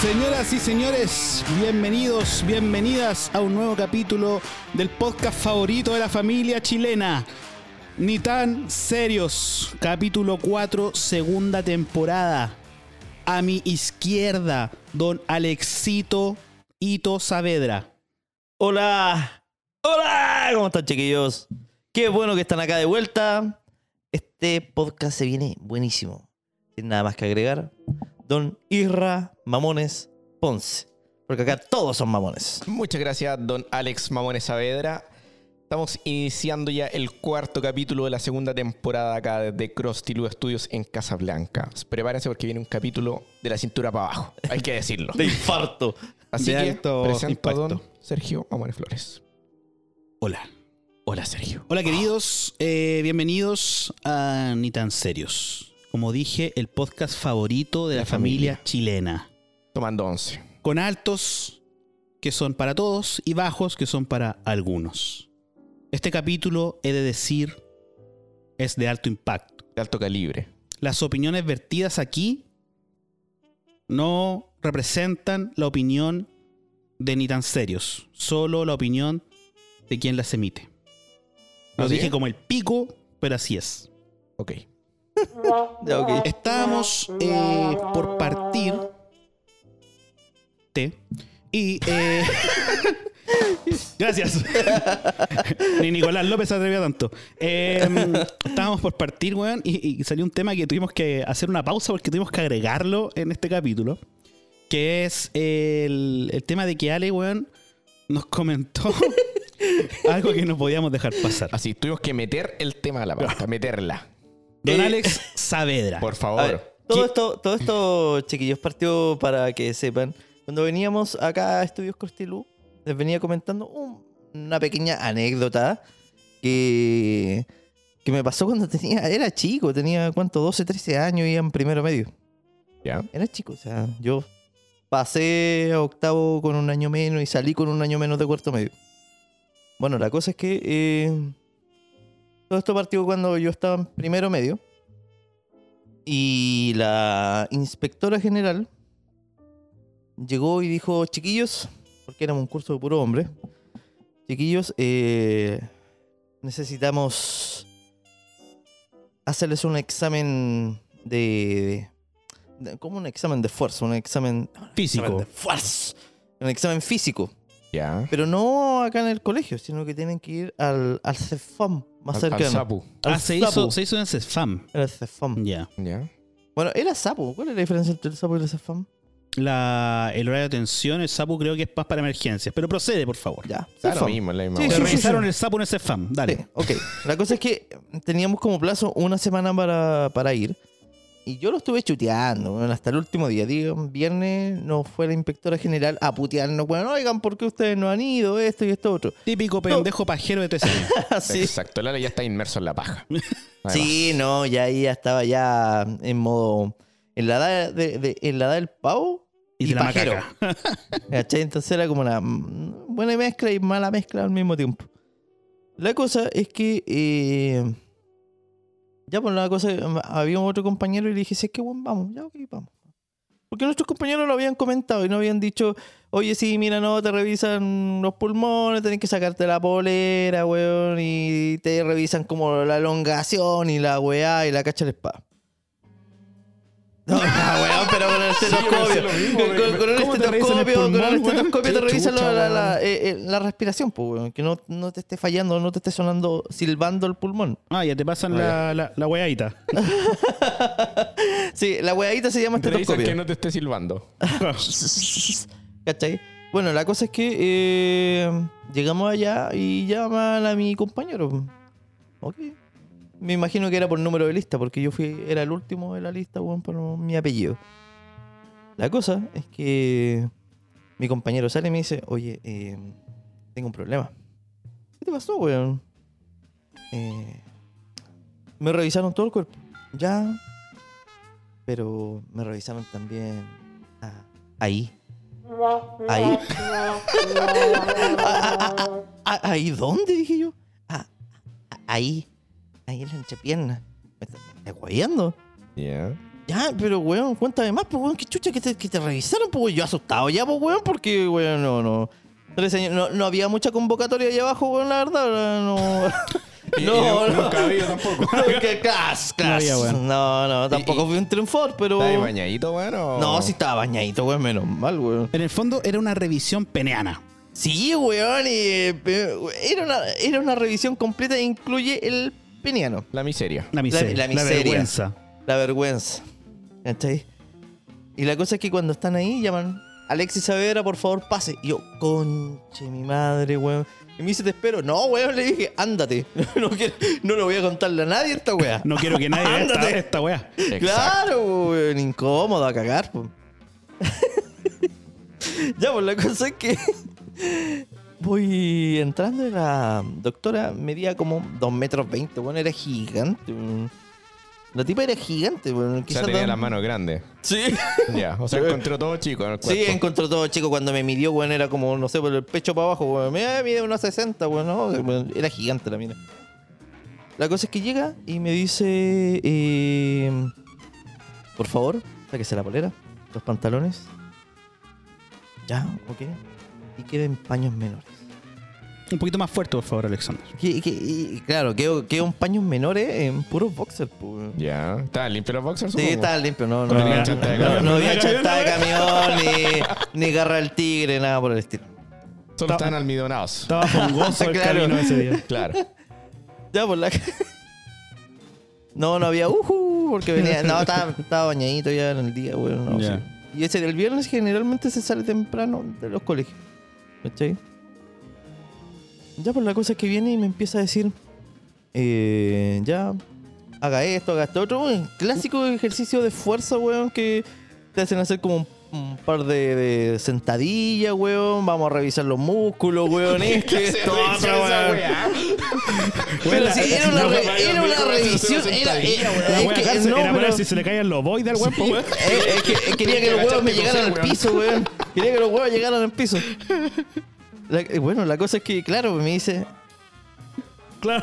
Señoras y señores, bienvenidos, bienvenidas a un nuevo capítulo del podcast favorito de la familia chilena. Ni tan serios. Capítulo 4, segunda temporada. A mi izquierda, don Alexito Ito Saavedra. Hola, hola, ¿cómo están chiquillos? Qué bueno que están acá de vuelta. Este podcast se viene buenísimo. Sin nada más que agregar, Don Irra Mamones Ponce. Porque acá todos son mamones. Muchas gracias, don Alex Mamones Saavedra. Estamos iniciando ya el cuarto capítulo de la segunda temporada acá desde Cross Tilu Studios en Casablanca. Prepárense porque viene un capítulo de la cintura para abajo, hay que decirlo. De infarto. de Así que alto presento a impacto. don Sergio Mamones Flores. Hola. Hola, Sergio. Hola queridos, eh, bienvenidos a Ni tan serios. Como dije, el podcast favorito de la, La familia. familia. chilena. Tomando once. Con altos que son para todos y bajos que son para algunos. Este capítulo, he de decir, es de alto impacto. De alto calibre. Las opiniones vertidas aquí no representan la opinión de Ni tan serios, solo la opinión de quien las emite. Lo ¿Así dije es? como el pico, pero así es. Ok. Ya, ok. Estábamos eh, por partir. Te. Y. eh, gracias. Ni Nicolás López se atrevió tanto. Eh, estábamos por partir, weón. Y, y salió un tema que tuvimos que hacer una pausa porque tuvimos que agregarlo en este capítulo. Que es el, el tema de que Ale, weón, nos comentó algo que no podíamos dejar pasar. Así, tuvimos que meter el tema a la pauta, meterla. Don Eh, Alex Saavedra. Por A favor. ver, todo esto, todo esto, chiquillos, partió para que sepan. Cuando veníamos acá a Estudios Costilú, les venía comentando un- una pequeña anécdota que, que me pasó cuando tenía, era chico, tenía cuánto, 12, 13 años, iba en primero medio. Ya. Era chico, o sea, yo pasé a octavo con un año menos y salí con un año menos de cuarto medio. Bueno, la cosa es que eh, todo esto partió cuando yo estaba en primero medio y la inspectora general llegó y dijo, chiquillos, porque éramos un curso de puro hombre, chiquillos, eh, necesitamos hacerles un examen de, de- como un examen de fuerza, un examen examen físico. de fuerza. Un examen físico. Ya. Pero no acá en el colegio, sino que tienen que ir al, al CEFAM más Al- al cercano. sapu. Ah, al se hizo, sapo. se hizo en CESFAM. Era el CEFAM. Ya. Ya. Bueno, era sapo. ¿Cuál es la diferencia entre el sapo y el CEFAM? La, el horario de atención, el SAPU creo que es más para emergencias. Pero procede, por favor. Ya. Está lo CEFAM. mismo, la misma Sí, Te hueá. sí, revisaron el SAPU en ese FAM. Dale. Sí, ok. La cosa es que teníamos como plazo una semana para, para ir. Y yo lo estuve chuteando, weón, hasta el último día. Digo, viernes no fue la inspectora general a putearnos. Bueno, oigan, ¿por qué ustedes no han ido? Esto y esto otro. Típico pendejo pajero de 13 años. Así. Exacto, Lara ya está inmerso en la paja. Sí, no, ya ahí ya estaba ya en modo. En la edad, de- de- en la edad del pavo Y y, de la pajero. macaca. ¿Cachai? Entonces era como una mm, buena mezcla y mala mezcla al mismo tiempo. La cosa es que. eh, ya, por la cosa. um, Había otro compañero y le dije: Si es que, bueno, vamos, ya, ok, vamos. Porque nuestros compañeros lo habían comentado y no habían dicho: Oye, sí, mira, no, te revisan los pulmones, tenés que sacarte la polera, weón, y te revisan como la elongación y la weá y la cacha de la espada. No, weón, pero con el estetoscopio. Con, con ¿Cómo el te revisan el estetoscopio, con pulmón, el weón? estetoscopio te Qué revisan chucha, la, la- la- eh, eh, la respiración, pues, weón, que no, no te esté fallando, no te esté sonando, silbando el pulmón. Ah, ya te pasan la, la, la weadita. Sí, la weadita se llama Te estetoscopio. dicen que no te esté silbando. ¿Cachai? Bueno, la cosa es que eh, llegamos allá y llaman a mi compañero. Ok. Me imagino que era por número de lista, porque yo fui, era el último de la lista, weón, por mi apellido. La cosa es que mi compañero sale y me dice, oye, eh, tengo un problema. ¿Qué te pasó, weón? Eh, me revisaron todo el cuerpo. Ya. Pero me revisaron también ah, ahí. Ahí. Ah, ah, ah, ah, ¿Ahí dónde? Dije yo. Ah, ah, ahí. Ahí en la entrepierna. ¿Me está- me está guayando? Ya. Ya, pero weón, cuéntame más, pues weón, qué chucha que te, que te revisaron, pues weón. Yo asustado ya, pues weón, porque weón, no, no. Tres años- no, no había mucha convocatoria ahí abajo, weón, la verdad, no. Y- y No, no. Nunca había tampoco. Que clas, No clas. había, weón. No, no, tampoco Y- y- fui un triunfador, pero. ¿Está ahí bañadito, weón? o- No, sí estaba bañadito, weón, menos mal, weón. En el fondo era una revisión peneana. Sí, weón, y, eh, pe- era, una, era una revisión completa e incluye el peniano. La miseria. La miseria. La, la miseria. vergüenza. La vergüenza. ¿Cachai? Y la cosa es que cuando están ahí llaman, Alexis Saavedra, por favor, pase. Y yo, conche mi madre, weón. Y me dice, te espero. No, weón, le dije, ándate. No, quiero- no lo voy a contarle a nadie esta weá. No quiero que nadie vea esta, Ándate. esta weá. Exacto. Claro, weón, incómodo a cagar, po. ya, pues la cosa es que voy entrando y la doctora medía como 2 metros 20, bueno, era gigante. weón. La tipa era gigante, bueno, O sea, quizás tenía da- las manos grandes. Sí. Ya, o sea, encontró todo chico en el Sí, cuerpo. encontró todo chico cuando me midió, weón, era como, no sé, por el pecho para abajo, weón. Mira, mide unos 60, weón, no, weón, era gigante la mina. La cosa es que llega y me dice, eh, por favor, sáquese la polera, los pantalones. Ya, ok. Y queden paños menores. Un poquito más fuerte, por favor, Alexander. Que- que- Y, claro, quedo, quedo en paños menores en puros boxers, po, weón. Ya. ¿Estaban limpios los boxers? Sí, supongo? estaba limpio, no, no. Pero No, tenía chanta de no, camión. no había chanta de camión, ni, ni garra del tigre, nada por el estilo. Solo estaban almidonados. Estaba fongoso el Claro. camino ese día. Claro. Ya, por la. No, no había uhu, porque venía. No, estaba, estaba bañadito ya en el día, weón. no, Ya. sí. Y ese, el viernes generalmente se sale temprano de los colegios. ¿Cachai? Ya, por la cosa que viene y me empieza a decir. eh, ya, haga esto, haga esto otro. Un clásico ejercicio de fuerza, weón, que te hacen hacer como un, un par de, de sentadillas, weón. Vamos a revisar los músculos, weón. Esto, esto, otro, weón. Pero Bueno, si la- era una, la- re- la- era la- una la- revisión, la- la- era. la- eh, La es weá que- cárcel no, era para pero- ver si se le caían los boys del weón, po, weón. eh, es que- es que quería que los huevos me llegaran al piso, weón. Quería que los huevos llegaran al piso. La- eh, bueno, la cosa es que, claro, me dice, Claro.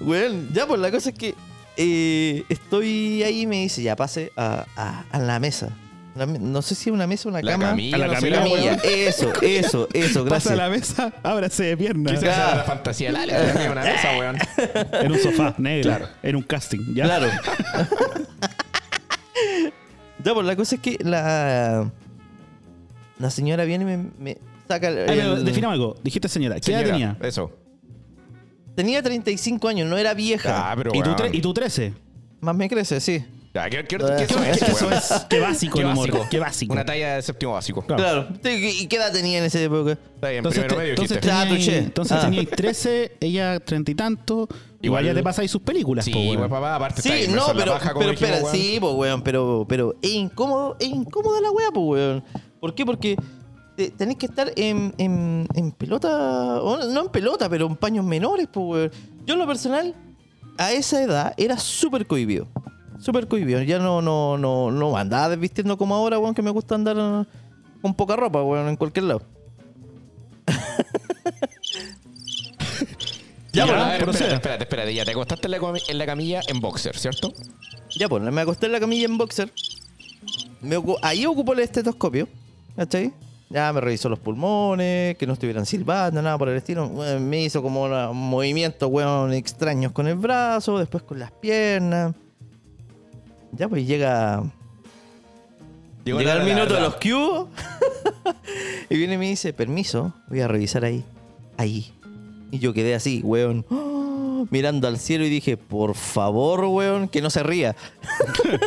weón, ya, pues la cosa es que eh, estoy ahí y me dice, ya pase a, a- a la mesa. La me- no sé si es una mesa o una La cama. camilla. A la no sé, camilla, la Camilla, weón. Eso, eso, eso, Pasa a gracias. la mesa, ábrase de pierna. Quizás era la fantasía. La la- la- una mesa, weón. En un sofá negro. Claro. En un casting. ¿ya? Claro. ya, pues la cosa es que la. La señora viene y me, me saca. el- Ay, Ah, pero el- definame algo. Dijiste señora. ¿Qué edad Señora, tenía? Eso. tenía 35 años, no era vieja. Ah, pero ¿Y tú, weón. tre- ¿Y tú 13? Más me crece, sí. Ya, ¿qué- qué- qué- Eso eso es, Eso weón? es. Qué básico el humor. Qué básico. Una talla de séptimo básico. Claro. Claro. ¿Y qué edad tenía en esa época? Está bien, Entonces, primero te- medio entonces, dijiste. Ah, teníais, touché. entonces Ah. teníais 13, ella 30 y tanto. Igual, Igual- ya te pasáis sus películas, po, Sí, weón. weón, papá, aparte está Sí, inmerso no, en la pero, paja, como pero dijimos, espera, weón. sí, pues weón, pero, pero es incómodo, es incómoda la weá, pues weón. ¿Por qué? Porque te- tenés que estar en, en, en pelota, o no en pelota, pero en paños menores, pues weón. Yo en lo personal, a esa edad era súper cohibido. Súper cohibido. Ya no, no, no, no andaba desvistiendo como ahora, weón, que me gusta andar con poca ropa, weón, en cualquier lado. Ya, Ya, bueno, a bueno, ver, espérate, proceda. espérate, espérate, ya te acostaste en la, comi- en la camilla en boxer, ¿cierto? Ya, pues, me acosté en la camilla en boxer. Me ocu- ahí ocupó el estetoscopio. ¿Cachai? Ya me revisó los pulmones, que no estuvieran silbando, nada por el estilo. Bueno, Me hizo como una- movimientos, weón, extraños con el brazo, después con las piernas. Ya, pues llega. llega la- el la- minuto la- de los cubos. y viene y me dice: Permiso, voy a revisar ahí. Ahí. Y yo quedé así, weón. Mirando al cielo y dije: Por favor, weón, que no se ría.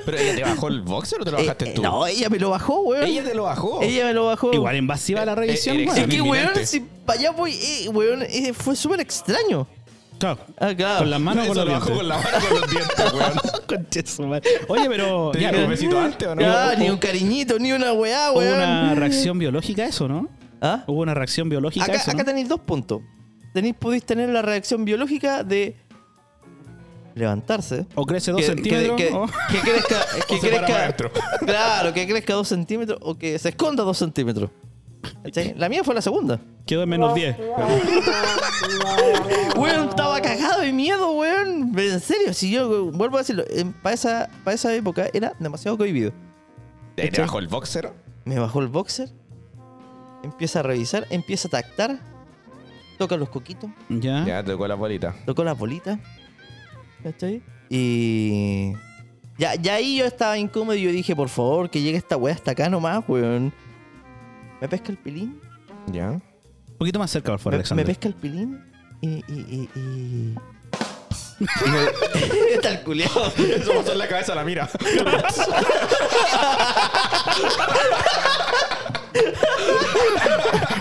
¿Pero ella te bajó el boxer o te lo Eh, bajaste eh, tú? No, ella me lo bajó, weón. Ella te lo bajó. Ella me lo bajó. Igual invasiva la revisión, Eh, eh, weón. Es examen que, inminente. weón, si para allá voy, eh, weón, eh, fue súper extraño. Chao. Ah, claro. Con las No, manos o eso con los lo bajó con dientes. la mano con los dientes, weón. Conche su madre. Oye, pero. ¿Te ya, dieron un pero- besito antes o no? Ah, ni un cariñito, ni una weá, Hubo weón. una reacción biológica a eso, ¿no? ¿Ah? Hubo una reacción biológica a Acá, eso, acá ¿no? tenéis dos puntos. Tenéis, podéis tener la reacción biológica de levantarse. O crece dos centímetros. Oh, que- o- que crezca, que O se para para crezca, adentro. claro, que crezca dos centímetros o que se esconda dos centímetros. ¿Cachai? La mía fue la segunda. Quedó en menos 10. Weón, estaba cagado de miedo, weón. En serio, si yo weón, vuelvo a decirlo, para esa, pa' esa época era demasiado cohibido. Te te bajó el boxer. Me bajó el boxer, empieza a revisar, empieza a tactar, toca los coquitos, ¿Ya? Ya, te tocó la bolita. tocó las bolitas. ¿Cachai? Y. Ya, ya ahí yo estaba incómodo y yo dije, por favor, que llegue esta weá hasta acá nomás, weón. Me pesca el pilín. Ya. Un poquito más cerca, por favor, Me, me Alexander. pesca el pilín y. y, y, y... Está el culiao. Eso pasó en la cabeza la mira.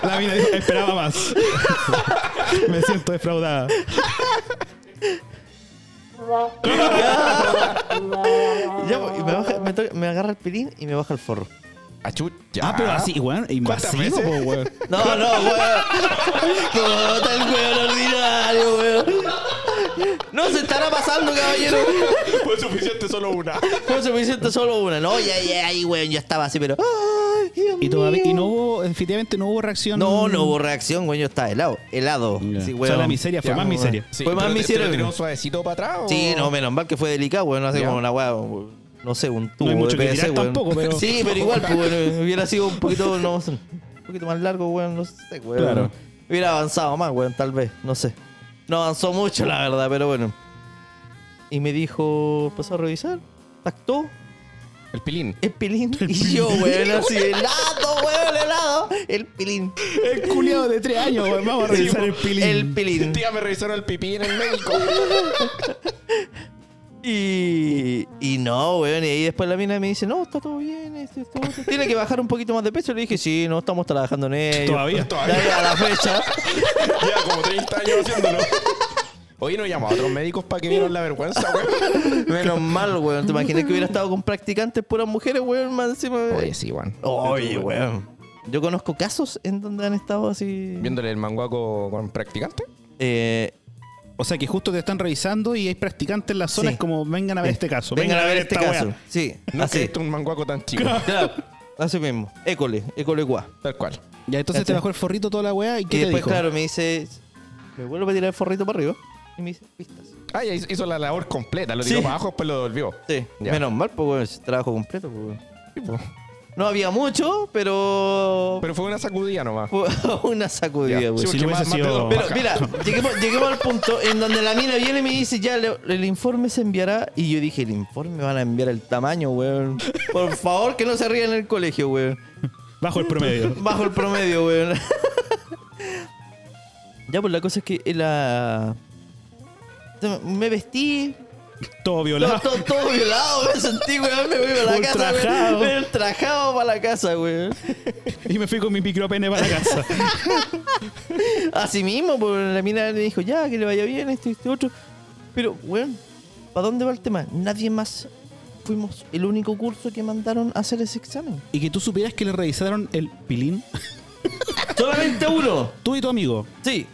La mina dijo, esperaba más. Me siento defraudada. Ya, pues, y me, baja- me to- me agarra el pilín y me baja el forro. Achú, ya. Ah, pero así, weón, ¿Cuántas invasivo, veces? po, weón. No, no, weón. No, tal weón ordinario, weón. No se estará pasando, caballero. Fue suficiente solo una. Fue suficiente solo una. No, ya, ya, ahí, weón, yo estaba así, pero. Ay, Dios Y todavía, mío. y no hubo, definitivamente no hubo reacción. No, no hubo reacción, weón, yo estaba helado. Helado. Ya. Sí, O sea, weón. la miseria fue Ya, más weón. miseria. Sí, Fue más pero te- miseria. ¿Te lo tiró suavecito para atrás? o- Sí, no, menos mal que fue delicado, weón. No sé Ya. como una weá, no sé, un tubo hay mucho de que PVC, tirar weón. tampoco, pero- Sí, pero igual, pues, weón, hubiera sido un poquito, no, sé, un poquito más largo, weón, no sé, weón. Claro. Hubiera avanzado más, weón, tal vez, no sé. No avanzó mucho, la verdad, pero bueno. Y me dijo, pasó a revisar, tactó, El pilín. el pilín, y yo, weón, así, helado, weón, helado, el pilín. El culiado de tres años, weón. Vamos a revisar el pilín. El pilín. Tía, me revisaron el pipí en el médico. Y, y no, weón. Y ahí después la mina me dice, no, está todo bien. Este, este, este. Tiene que bajar un poquito más de peso. Le dije, sí, no, estamos trabajando en ello. Todavía. Todavía. Ya, ya, a la fecha. Ya, como 30 años haciéndolo. Oye, no llamó a otros médicos para que vieron la vergüenza, weón. Menos mal, weón. ¿Te imaginas que hubiera estado con practicantes puras mujeres, weón? Más encima. Oye, sí, weón. Oye, weón. Yo conozco casos en donde han estado así. Viéndole el manguaco con practicante. Eh, O sea que justo te están revisando y hay practicantes en la zona. Sí. Es como, vengan a ver eh, este caso. Vengan a ver este esta caso. weá. Sí, No es que así. esto es un manguaco tan chico. Claro, así mismo. École, école guá. Tal cual. Ya, entonces te ¿Cachai? bajó el forrito toda la weá. ¿Y qué Y te después, dijo? claro, me dice, me vuelvo a tirar el forrito para arriba. Y me dice, pistas. Ah, ya hizo hizo la labor completa. Lo tiró Sí. para abajo, después lo devolvió. Sí, Ya. menos mal, pues, weón, es trabajo completo, pues, weón. Sí, po. No había mucho, pero. Pero fue una sacudida nomás. fue una sacudida, Ya, weón. sí, Si porque no más- hubiese más de sido- dos pero bajas. mira, lleguemos, lleguemos al punto en donde la mina viene y me dice, ya, Leo, el informe se enviará. Y yo dije, el informe van a enviar el tamaño, weón. Por favor, que no se rían en el colegio, weón. Bajo el promedio. Bajo el promedio, weón. ya, pues la cosa es que la. Me vestí, Todo Todo, violado. todo, todo violado, me sentí, weón. Me voy para la casa, Ultrajado. weón. Me voy trajado para la casa, weón. Y me fui con mi micropene para la casa. Así mismo, pues, la mina le dijo, ya, que le vaya bien, este, este, otro. Pero, weón, ¿para dónde va el tema? Nadie más fuimos el único curso que mandaron a hacer ese examen. y que tú supieras que le revisaron el pilín. Solamente uno. Tú y tu amigo. Sí.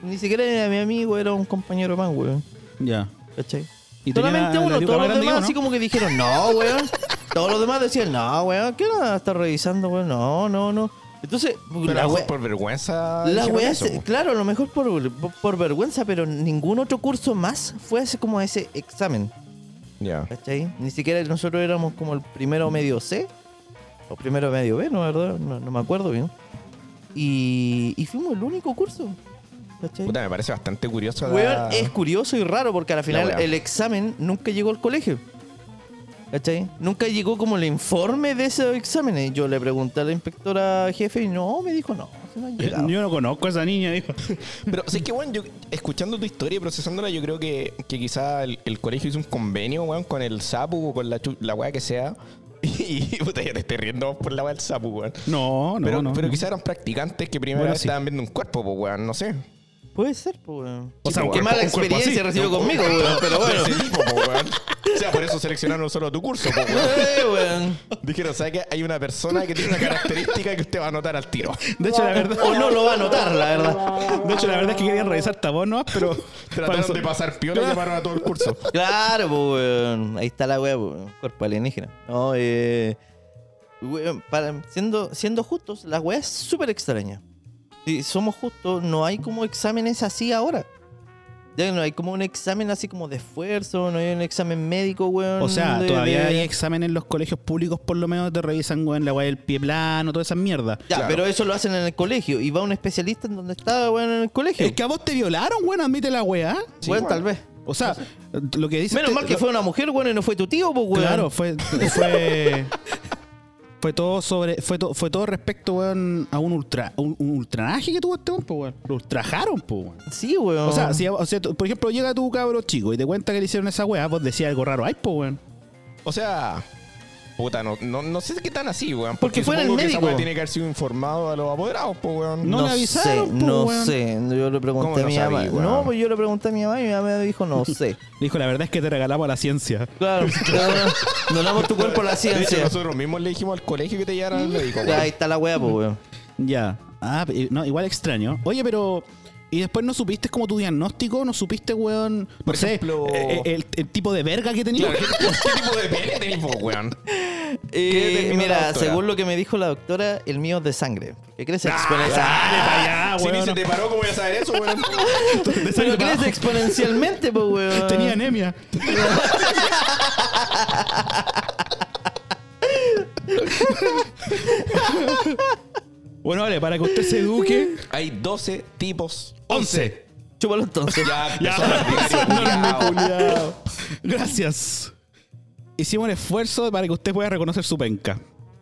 Ni siquiera era mi amigo, era un compañero más, weón. Ya. ¿Cachai? Y tenía Solamente la- la uno, yuca todos más los demás grande que uno. así como que dijeron, no, weón. Todos los demás decían, no, weón, ¿qué onda estar revisando, weón? No, no, no. Entonces, Pero a la lo mejor wea- por vergüenza. La hicieron weá, eso, se- po. claro, a lo mejor por, por- por vergüenza, pero ningún otro curso más fue así como ese examen. Ya. ¿Cachai? Ni siquiera nosotros éramos como el primero medio C o primero medio B, ¿no? ¿Verdad? No, no me acuerdo bien. Y, y fuimos el único curso. ¿Cachai? Puta, me parece bastante curioso. la- Weón, es curioso y raro porque al final weá. el examen nunca llegó al colegio. ¿Cachai? Nunca llegó como el informe de esos exámenes. Yo le pregunté a la inspectora jefe y no, me dijo no. eso no ha llegado. Yo no conozco a esa niña, dijo. Pero sé que, weón, yo, escuchando tu historia y procesándola, yo creo que, que quizá el, el colegio hizo un convenio, weón, con el sapu o con la, chu- la weá que sea. Y puta, ya te estoy riendo por la weá del sapu, weón. No, no, pero no. pero no. quizá eran practicantes que primero Bueno, vez sí. estaban viendo un cuerpo, pues, weón, no sé. Puede ser, pues. weón. O sea, Sí, un Qué cuerpo- mala un cuerpo así. experiencia recibió conmigo, weón. Pero De bueno. ese tipo, po, weón. O sea, por eso seleccionaron solo tu curso, po, weón. Eh, weón. Dijeron, ¿sabes qué? Hay una persona que tiene una característica que usted va a notar al tiro. De hecho, la verdad, O no lo va a notar, la verdad. de hecho, la verdad es que querían revisar tabón, ¿no? Pero Trataron pasó. de pasar piola y llamaron a todo el curso. Claro, pues, weón. Ahí está la weá, pues, weón. Cuerpo alienígena. No, eh. Weón, para, siendo, siendo justos, la weá es súper extraña. Si somos justos, no hay como exámenes así ahora. Ya no hay como un examen así como de esfuerzo, no hay un examen médico, weón. O sea, de- todavía de- hay exámenes en los colegios públicos, por lo menos te revisan, weón, la weá del pie plano, todas esas mierdas. Ya, Claro. pero eso lo hacen en el colegio. Y va un especialista en donde está, weón, en el colegio. Es que a vos te violaron, weón, admite la weá. Sí, Weón, weón. tal vez. O sea, lo que dice. Menos mal que fue una mujer, weón, y no fue tu tío, pues, weón. Claro, fue. Fue, fue todo sobre. Fue, to- fue todo respecto, weón, a un ultra. Un, un ultranaje que tuvo este weón, po, weón. Lo ultrajaron, po, weón. Sí, weón. O sea, si, o sea, tú- por ejemplo, llega tu cabro chico y te cuenta que le hicieron esa weá, vos decías algo raro, ay, po, weón. O sea, puta, no, no, no sé qué tan así, weón. Porque fue en el supongo que esa médico. weá tiene que haber sido informado a los apoderados, pues, weón. No le avisaron, Sé, po, no weón. sé, yo le ¿Cómo pregunté a no mi sabí, mamá. weón? No, pues yo le pregunté a mi mamá y mi mamá me dijo, no sé. Le dijo, la verdad es que te regalamos la ciencia. Claro, claro, donamos tu cuerpo a la De hecho, ciencia. nosotros mismos le dijimos al colegio que te llevaran al médico, weón. Ahí está la weá, pues, weón. Ya. Ah, pe- no, igual extraño. Oye, pero. Y después no supiste como tu diagnóstico, no supiste, weón. No Por sé, ejemplo- eh, eh, el, el tipo de verga que tenía. Claro, ¿qué, qué tipo de pene tenés, po, weón? Eh, ¿Qué determinó la mira, doctora? según lo que me dijo la doctora, el mío es de sangre. Que crece exponencialmente. Ah, Si ni weón. se te paró, ¿cómo voy a saber eso, weón? De sangre Pero para crece abajo. exponencialmente, pues, weón. Tenía anemia. bueno, vale, para que usted se eduque. Hay 12 tipos. 11. Chúpalo entonces. Ya, Ya, empezó a practicar, culiao. culiao. Gracias. Hicimos un esfuerzo para que usted pueda reconocer su penca.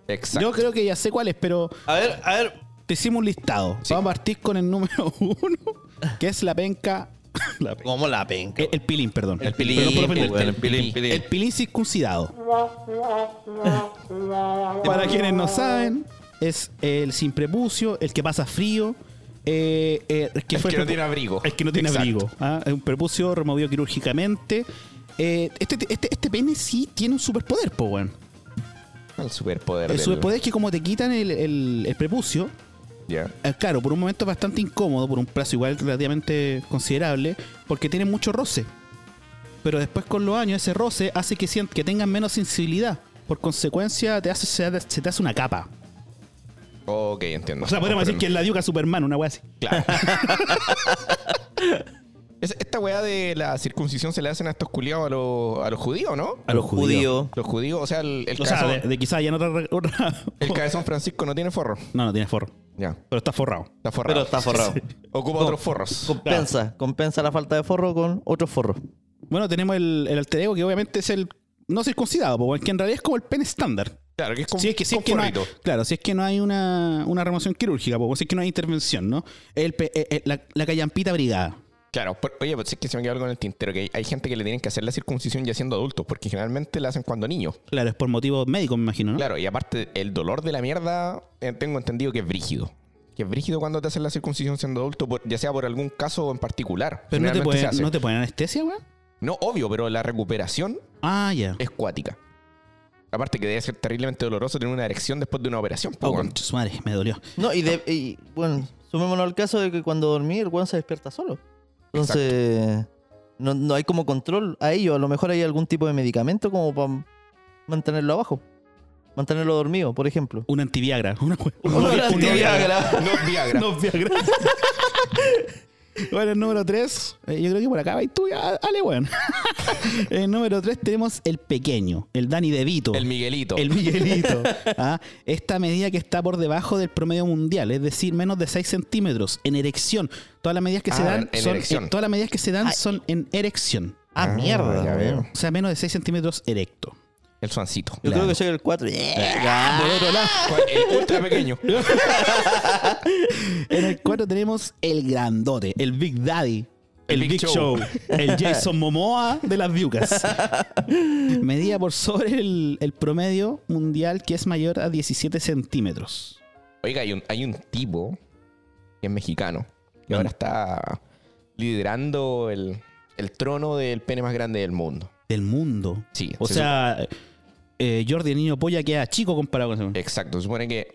Exacto. Yo creo que ya sé cuál es, pero A ver, a ver. te hicimos un listado. Sí. Vamos a partir con el número uno, que es la penca. la penca. ¿Cómo la penca? Eh, El, el pilín, perdón. El pilín, Perdón por el pues, el pilín. pilín, pilín, pilín. El pilín circuncidado. Para quienes no saben, es el sin prepucio, el que pasa frío. eh, eh, el que, El fue que no prepu- tiene abrigo. El que no tiene Exacto. abrigo. ah, Es un prepucio removido quirúrgicamente. Eh, este, este, este pene sí tiene un superpoder, po, weón. El superpoder. El del- superpoder es que como te quitan el, el- el prepucio, Ya. eh, claro, por un momento es bastante incómodo, por un plazo igual relativamente considerable, porque tiene mucho roce. Pero después con los años ese roce hace que, sient- que tengan menos sensibilidad. Por consecuencia, te hace, se, se te hace una capa. Ok, entiendo. O sea, podríamos decir que es la diuca Superman, una wea así. Claro. Es- Esta weá de la circuncisión se le hacen a estos culiados a los, a los judíos, ¿no? A los judíos. Judío. Los judíos, o sea, el, el O sea, cabezón, de, de quizás ya no otra, otra- el cabezón Francisco no tiene forro. No, no tiene forro. Ya. Pero está forrado. Está Pero forrado. está forrado. Ocupa No. otros forros. Compensa, compensa la falta de forro con otro forro. Bueno, tenemos el, el alter ego que obviamente es el no circuncidado, porque que en realidad es como el pene estándar. Claro, que es con, Si es que, si con es que no hay- forrito. claro, si es que no hay una, una remoción quirúrgica, porque si es que no hay intervención, ¿no? El, pe- eh, eh, la, la callampita brigada. Claro, por- oye, pues es que se me quedó algo en el tintero, que hay, hay gente que le tienen que hacer la circuncisión ya siendo adultos, porque generalmente la hacen cuando niños. Claro, es por motivos médicos, me imagino, ¿no? Claro, y aparte el dolor de la mierda, eh, tengo entendido que es brígido. Que es brígido cuando te hacen la circuncisión siendo adulto, por- ya sea por algún caso en particular. Pero no te, Generalmente se pueden, hace. no te ponen anestesia, weón. No, obvio, pero la recuperación Ah, ya. es cuática. Aparte que debe ser terriblemente doloroso tener una erección después de una operación. po, Oh, weón. concha su madre, me dolió. No, y, de, y, bueno, sumémonos al caso de que cuando dormí el weón se despierta solo. Entonces, no, no hay como control a ello. A lo mejor hay algún tipo de medicamento como para mantenerlo abajo. Mantenerlo dormido, por ejemplo. Un antiviagra. Una, we- un, Una un- antiviagra. No Viagra. No, Viagra. bueno, el número 3, yo creo que por acá vais tú, ya, dale, weón. el número 3 tenemos el pequeño, el Dani DeVito. El Miguelito. El Miguelito. Ah, Esta medida que está por debajo del promedio mundial, es decir, menos de 6 centímetros en erección. Todas las medidas que se Ah, dan en son, erección. eh, todas las medidas que se dan Ay. son en erección. Ah, Ah, mierda. ya weón. veo. O sea, menos de 6 centímetros erecto. El suancito. Yo Claro. creo que soy el eh, 4. Por otro lado, El ultra pequeño. en el 4 tenemos el grandote, el Big Daddy. El, Big, Show. El Jason Momoa de las Ducas. Medida por sobre el, el promedio mundial que es mayor a 17 centímetros. Oiga, hay un, hay un tipo que es mexicano y ahora está liderando el, el trono del pene más grande del mundo. Del mundo. Sí. O se sea, eh, Jordi el niño polla queda chico comparado con supo- ese. exacto. Se supone que,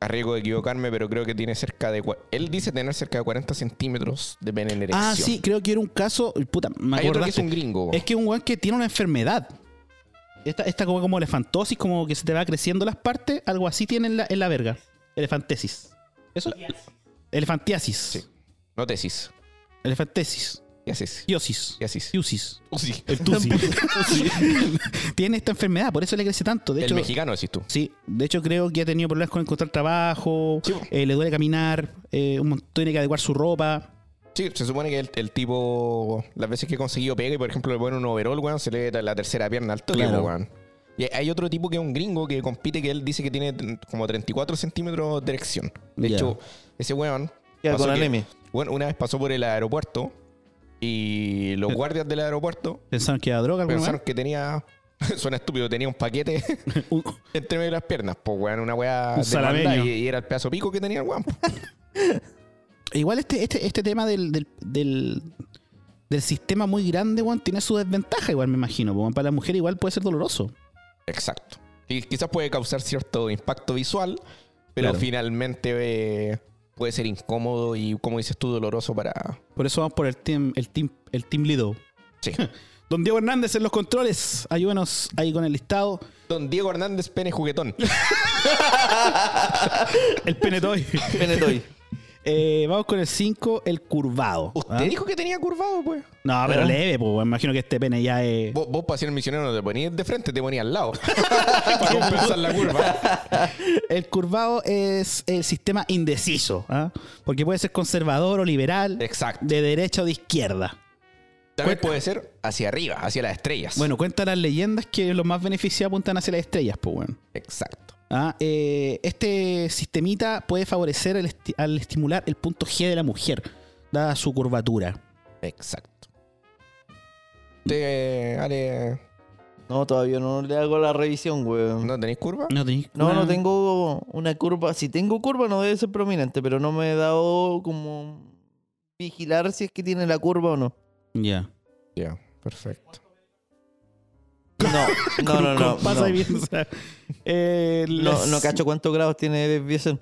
a riesgo de equivocarme, pero creo que tiene cerca de. cua- Él dice tener cerca de 40 centímetros de pene en erección. Ah, sí, creo que era un caso. Puta, me Hay otro que es acordaste. un gringo. Es que un weón que tiene una enfermedad. Esta, esta como, como elefantosis, como que se te va creciendo las partes, algo así tiene en la, en la verga. Elefantesis. Eso. Elefantiasis. Sí. No tesis. Elefantesis. Ya haces? Iosis. Ya haces? Iusis. Sí. El tusi. Tiene esta enfermedad, por eso le crece tanto. De El hecho, mexicano decís tú. Sí, de hecho creo que ha tenido problemas con encontrar trabajo, Sí, po. eh, le duele caminar, eh, un montón, tiene que adecuar su ropa. Sí, se supone que el, el tipo, las veces que he conseguido pega y por ejemplo le ponen un overall, weón, se le da la tercera pierna al toque, Claro. weón. Y hay otro tipo que es un gringo que compite que él dice que tiene tren- como 34 centímetros de erección. De Ya. hecho, ese weón. Ya, pasó con que- anemia. Bueno, una vez pasó por el aeropuerto y los guardias del aeropuerto Pensaron que era droga alguna pensaron que tenía. Suena estúpido, tenía un paquete vez. Un- entre medio de las piernas, pues weón, una weá Un de maldad salameño. y, y era el pedazo pico que tenía el weón. po. Igual este, este, este tema del, del, del, del sistema muy grande, weón, tiene su desventaja igual, me imagino. po, weón. Para la mujer igual puede ser doloroso. Exacto. Y quizás puede causar cierto impacto visual, pero Claro. finalmente eh, puede ser incómodo y, como dices tú, doloroso para. Por eso vamos por el team, el team, el team Lido. Sí. Don Diego Hernández en los controles. Ayúdanos ahí con el listado. Don Diego Hernández, pene juguetón. Ah. El penetoy. Penetoy. Eh, vamos con el 5, el curvado. Usted ¿Ah? dijo que tenía curvado, pues. No, pero ¿Ah? leve, pues. weón. Imagino que este pene ya es. Vos, vos para ser misionero no te ponías de frente, te ponías al lado. para compensar la curva. El curvado es el sistema indeciso, ¿ah? porque puede ser conservador o liberal, Exacto. de derecha o de izquierda. También puede ser hacia arriba, hacia las estrellas. Bueno, cuentan las leyendas que los más beneficiados apuntan hacia las estrellas, pues bueno. Exacto. Ah, eh, este sistemita puede favorecer el esti- al estimular el punto G de la mujer, dada su curvatura. Exacto. Te, Ale, No, todavía no le hago la revisión, weón. ¿No tenéis curva? No, tenéis- No, no una- tengo una curva. Si tengo curva, no debe ser prominente, pero no me he dado como vigilar si es que tiene la curva o no. Ya. Ya, perfecto. No, no, no, no. Con pasa No, y piensa. Eh, no, las- no cacho cuántos grados tiene de desviación.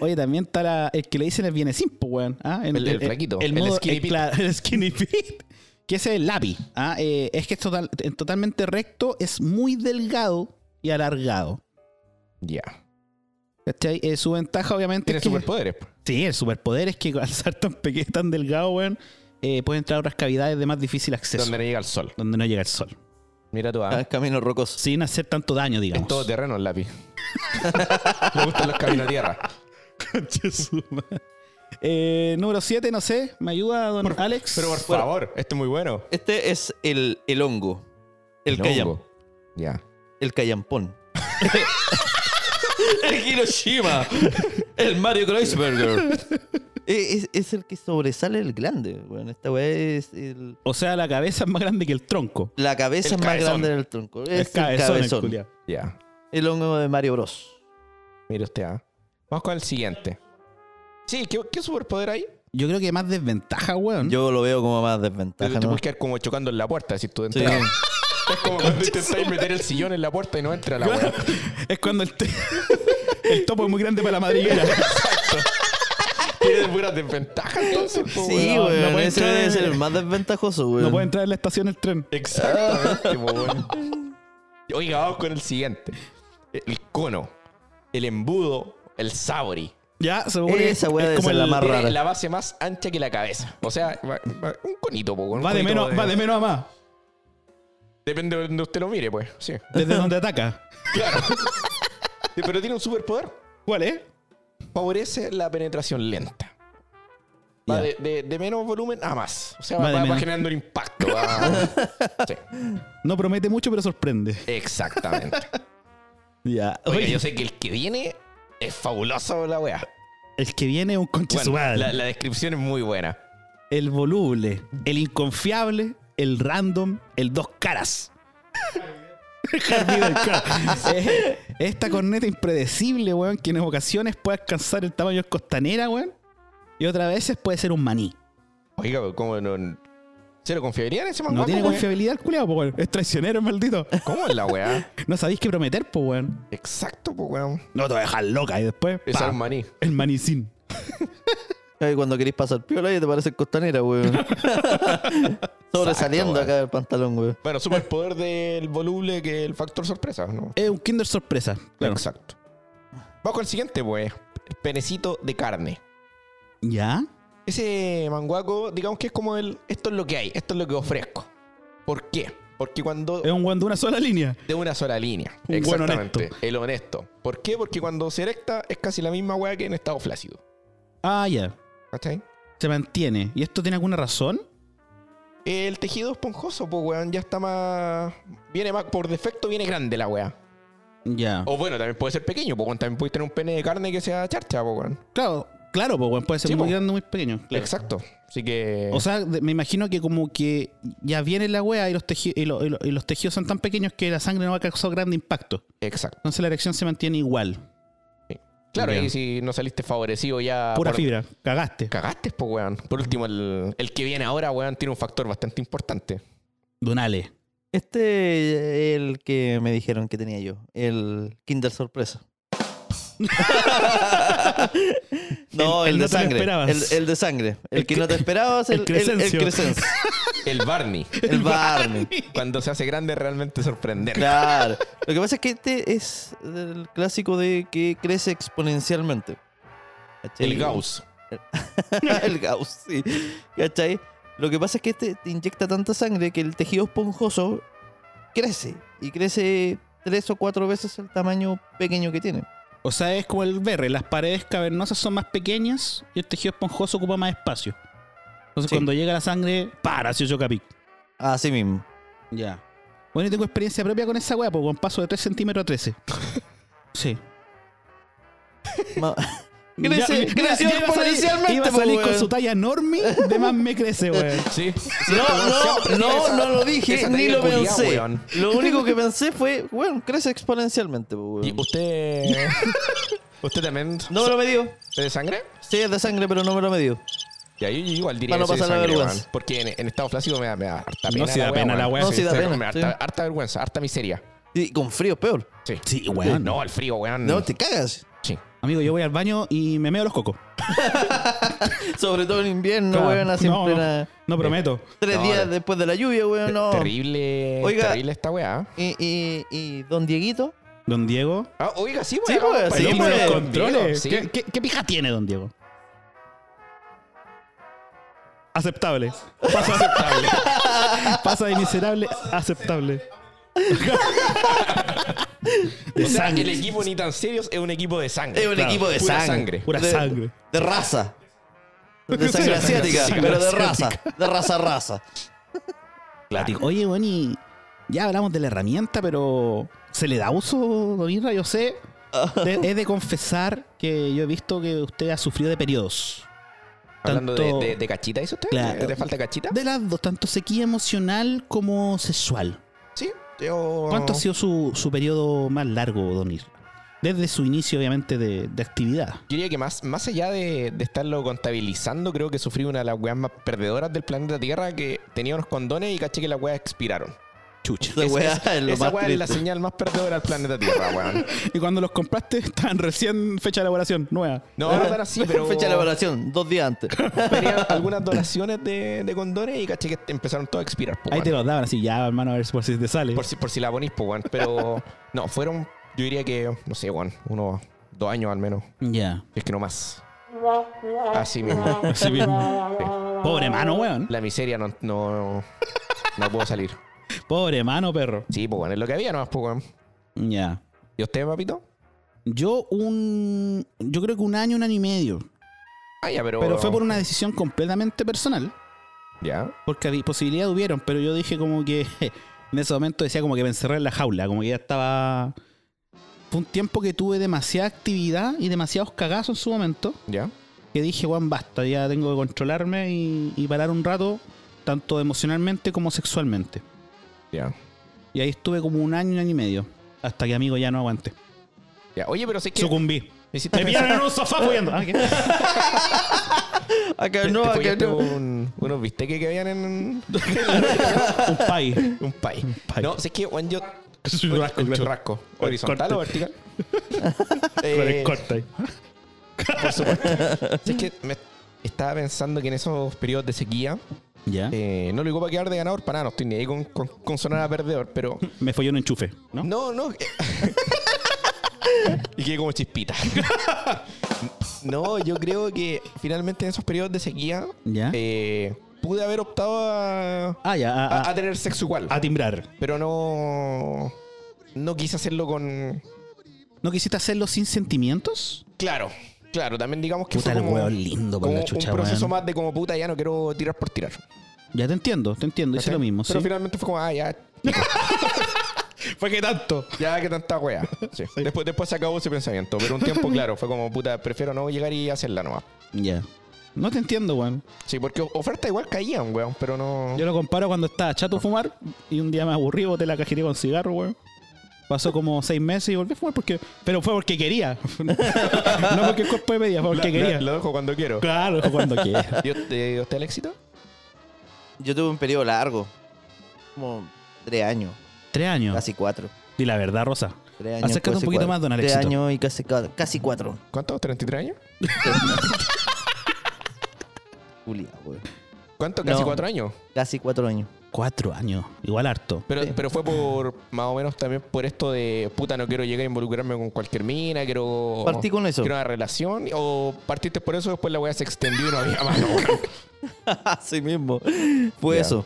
Oye, también está la- el que le dicen el viene simple, weón. ¿ah? El- el flaquito, El, el modo- skinny el- pit. claro, el skinny pit. Que ese es el lápiz. ¿ah? Eh, es que es total- es totalmente recto, es muy delgado y alargado. Ya. ¿Cachai? Eh, su ventaja, obviamente. Tiene es que- superpoderes. po. Sí, el superpoder es que al ser tan pequeño, tan delgado, weón, eh, puede entrar a otras cavidades de más difícil acceso. Donde Donde, le llega el sol. no llega el sol. Mira tú, Ah, ah. es camino rocoso. Sin hacer tanto daño, digamos. Es todo terreno el lápiz. Me gustan los caminos a tierra. Conche su madre. Eh, número 7, no sé. ¿Me ayuda, don Alex? Pero por Bueno. favor, esto es muy bueno. Este es el, el hongo. El, callam- hongo. Ya. El callampón. el Hiroshima. El Mario Kreisberger. Eh, Es, es el que sobresale el grande. Bueno, esta weá es el- O sea, la cabeza es más grande que el tronco. la cabeza El es más cabezón. grande del tronco. Es, Es cabezón, el el cabezón. culiao. Ya. El hongo de Mario Bros. Mire usted, ah. Vamos con el siguiente. Sí, ¿qué, qué superpoder hay? Yo creo que más desventaja, weón. Yo lo veo como más Te, desventaja. te ¿no? puedes quedar como chocando en la puerta si tú Sí. entras. Es como cuando intentáis meter el sillón en la puerta y no entra la weá. Es cuando el, te- el topo es muy grande para la madriguera. Tiene puras desventajas entonces, po, Sí, weón. weón, no weón, puede ese entrar debe en- ser el más desventajoso, weón. No puede entrar en la estación el tren. Exactamente, po, weón. Oiga, vamos con el siguiente. El cono, el embudo, el sabori. Ya, se supone que Esa weá debe es como ser la el- más Tiene rara. la base más ancha que la cabeza. O sea, va- va- un conito, po, un Va de, conito menos, va de menos a más. Depende de donde usted lo mire, pues. Sí. Desde donde ataca. Claro. Sí, Pero tiene un superpoder. ¿Cuál es? Favorece la penetración lenta. Va Ya. de, de- de menos volumen a más. O sea, Va va, de va- va menos. generando un impacto. va- Sí, No promete mucho, pero sorprende. exactamente. Ya. Oiga, Oye, yo sé que el que viene es fabuloso la weá. el que viene es un conche Bueno, su madre. la, la descripción es muy buena. El voluble, el inconfiable, el random, el dos caras. Harvey del Car. Eh, Esta corneta impredecible, weón, que en ocasiones puede alcanzar el tamaño de costanera, weón. Y otras veces puede ser un maní. Oiga, pero ¿cómo no? ¿Cero confiabilidad en ese No manguaco, tiene weón? confiabilidad el culiao, po, weón. Es traicionero, el maldito. ¿Cómo es la weá? No sabéis qué prometer, po, weón. Exacto, pues weón. No te voy a dejar loca. Y después, Es pa, un maní. el manicín. Ay, Cuando queréis pasar piola y te parece costanera, weón. Sobresaliendo Exacto, acá del pantalón, weón. Bueno, superpoder del voluble que el factor sorpresa, ¿no? Es un kinder sorpresa. Claro. Exacto. Vamos con el siguiente, pues. penecito de carne. ¿Ya? Ese manguaco, digamos que es como el. Esto es lo que hay, esto es lo que ofrezco. ¿Por qué? Porque cuando. Es un guan de una sola línea. De una sola línea. Un buen Exactamente. honesto. El honesto. ¿Por qué? Porque cuando se erecta es casi la misma weá que en estado flácido. Ah, ya. ¿Cachai? Se mantiene. ¿Y esto tiene alguna razón? El tejido esponjoso, pues weón, ya está más. Viene más. Por defecto viene grande la weá. Ya. O bueno, también puede ser pequeño, pues weón, también puedes tener un pene de carne que sea charcha, pues weón. Claro, claro, pues weón, puede ser Sí, muy po. Eh. grande o muy pequeño. claro. Exacto. Así que. O sea, de- me imagino que como que ya viene la wea y los, teji- y lo- y lo- y los tejidos son tan pequeños que la sangre no va a causar grande impacto. Exacto. Entonces la erección se mantiene igual. Claro, Ya. y si no saliste favorecido ya. Pura Ah, por- fibra. Cagaste. Cagaste, pues weón. Por último, el, el que viene ahora, weón, tiene un factor bastante importante. Donale. Este el que me dijeron que tenía yo, el Kinder Sorpresa. no, El- el no el, de te lo sangre. El, esperabas. el de sangre. El, El que cre- no te esperabas, el el, el, el Crescencio. Crescencio. El Barney. El Barney. Cuando se hace grande, realmente sorprender. Claro. Lo que pasa es que este es el clásico de que crece exponencialmente. ¿Cachai? El Gauss. el Gauss, sí. ¿Cachai? Lo que pasa es que este te inyecta tanta sangre que el tejido esponjoso crece. Y crece tres o cuatro veces el tamaño pequeño que tiene. O sea, es como el berre. Las paredes cavernosas son más pequeñas y el tejido esponjoso ocupa más espacio. Entonces Sí. cuando llega la sangre, para, si yo capic. Así mismo. Ya. Bueno, yo tengo experiencia propia con esa wea, pues con paso de 3 centímetros a 13. sí. Ma- Ya- Crece- mira, ya iba a creció salir- exponencialmente, Iba a po, salir con weón. su talla enorme, de más me crece, weón. Sí. no, no, siempre tiene no, esa- no lo dije, esa ni talla lo culiá, pensé. weón. Lo único que pensé fue, bueno, crece exponencialmente. po, weón. ¿Y usted. ¿Usted también No me lo medió. se de sangre? Sí, es de sangre, pero no me lo medió. Ya, yo yo igual diría Para no que soy de pasar la sangre, vergüenza. weón, Porque en, en estado flácido me da, me da harta pena. No, sí da wea, pena la wea, No, weón. sí. sí da Se- pena, me da sí. harta, harta vergüenza, harta miseria. Y con frío es peor. Sí. Sí, weón. No, el frío, Mm. weón. No, te cagas. Sí. Amigo, yo voy al baño y me meo los cocos. Sobre todo en invierno, Claro. weón, así en No, plena- No prometo. Tres No, días no. después de la lluvia, weón, no. Terrible, Oiga. terrible esta weá. Y, y, y don Dieguito, Don Diego. Ah, oiga, sí, Sí, weón. weón, para sí, el weón. video, Controles. sí. ¿Qué, qué, qué pija tiene Don Diego? Aceptable. Paso aceptable. Pasa de miserable, a aceptable. De O sea, el sangre. equipo ni tan serios es un equipo de sangre. es un Claro, equipo de pura sangre. sangre. Pura de, sangre. De raza. Sí, De sangre la sangre asiática, asiática. pero de Sangre raza. De raza a raza. Oye, bueno, y ya hablamos de la herramienta, pero ¿se le da uso, Don Isra? Yo sé. De- he de confesar que yo he visto que usted ha sufrido de periodos. Hablando Tanto- de, de- de cachita, ¿dice usted? Claro. ¿Te falta cachita? De las dos, tanto sequía emocional como sexual. Sí. Yo... ¿Cuánto ha sido su, su periodo más largo, Donir? Desde su inicio, obviamente, de, de actividad. Yo diría que más, más allá de, de estarlo contabilizando, creo que sufrí una de las weas más perdedoras del planeta Tierra que tenía unos condones y caché que las weas expiraron. Chucha. Esa weá es lo Esa más wea es la triste. señal más perdedora del planeta Tierra, weón. Y cuando los compraste, estaban recién fecha de elaboración, nueva. No, no tan así, pero Fecha de elaboración, dos días antes. tenía algunas donaciones de, de condones y caché que empezaron todos a expirar. po, Ahí weón. te los daban así, ya, hermano, a ver si- por si te sale. Por si, por si la ponís, pues, weón. Pero no, fueron, yo diría que, no sé, weón, unos dos años al menos. Ya. Si es que no más. Así mismo. Así mismo. Pobre mano, weón. La miseria no, no, no puedo salir. Pobre mano, perro. Sí, pues, weón, es lo que había nomás, pues, weón. Ya. ¿Y usted, papito? Yo un... Yo creo que un año, un año y medio. Ah, ya, pero. Pero fue por una decisión completamente personal. Ya. Porque había- posibilidad hubieron, pero yo dije como que en ese momento decía como que me encerré en la jaula, como que ya estaba... Fue un tiempo que tuve demasiada actividad y demasiados cagazos en su momento, Ya. que dije, Juan, basta, ya tengo que controlarme y, y parar un rato, tanto emocionalmente como sexualmente. Ya. Y ahí estuve como un año, un año y medio, hasta que amigo ya no aguante. Ya. Oye, pero sé que. Sucumbí. me hiciste Me pensar- pillaron en un sofá follando. Ah, ¿qué? Acá Te- no, te acá follaste no. un- unos bisteques que habían en Un país. un país. país. No, sé que, weón, yo. Soy un rasco, el claro. churrasco. Corte. ¿Horizontal o vertical? Con Eh, el corte ahí. sé que me estaba pensando que en esos periodos de sequía. Ya. Eh, no lo digo para quedar de ganador para nada, no estoy ni ahí con, con, con sonar a perdedor, pero. Me folló un enchufe, ¿no? No, no. eh, y quedé como chispita. No, yo creo que finalmente en esos periodos de sequía ¿Ya? eh, pude haber optado a, Ah, ya, a, a- a- a tener sexo igual. a timbrar. Pero no. No quise hacerlo con. ¿No quisiste hacerlo sin sentimientos? Claro, claro. También digamos que Puta, fue el como, hueón lindo por como la chucha, un proceso weón. más de como puta, ya no quiero tirar por tirar. Ya te entiendo, te entiendo. Hice ¿Cachai? lo mismo, Pero sí. finalmente fue como, ah, ya, Fue que tanto. ya que tanta wea. Sí. Después, después se acabó ese pensamiento. Pero un tiempo, claro, fue como, puta, prefiero no llegar y hacerla nomás. Ya. No te entiendo, weón. Sí, porque oferta igual caían, weón, pero no. Yo lo comparo cuando estaba chato a fumar y un día me aburrí, boté la cajetilla con cigarro, weón. Pasó como seis meses y volví a fumar porque. Pero fue porque quería. no porque el cuerpo me pedía, fue La- porque quería. la- Lo dejo cuando quiero. Claro, cuando quiera. ¿Y usted, usted el éxito? Yo tuve un periodo largo. Como tres años. Tres años. Casi cuatro. Y la verdad, Rosa. Tres años, Acércate un casi poquito cuatro. más, don Tres Alexito. años y casi, cua- casi cuatro. ¿Cuánto? ¿33 años? Julia, weón. ¿Cuánto? Casi No. cuatro años. Casi cuatro años. Cuatro años. Igual harto. Pero, pero fue por más o menos también por esto de puta, no quiero llegar a involucrarme con cualquier mina, quiero. Partí con eso. Quiero una relación. O partiste por eso, después la weá se extendió y no había más. weón. Así mismo. Fue Ya. eso.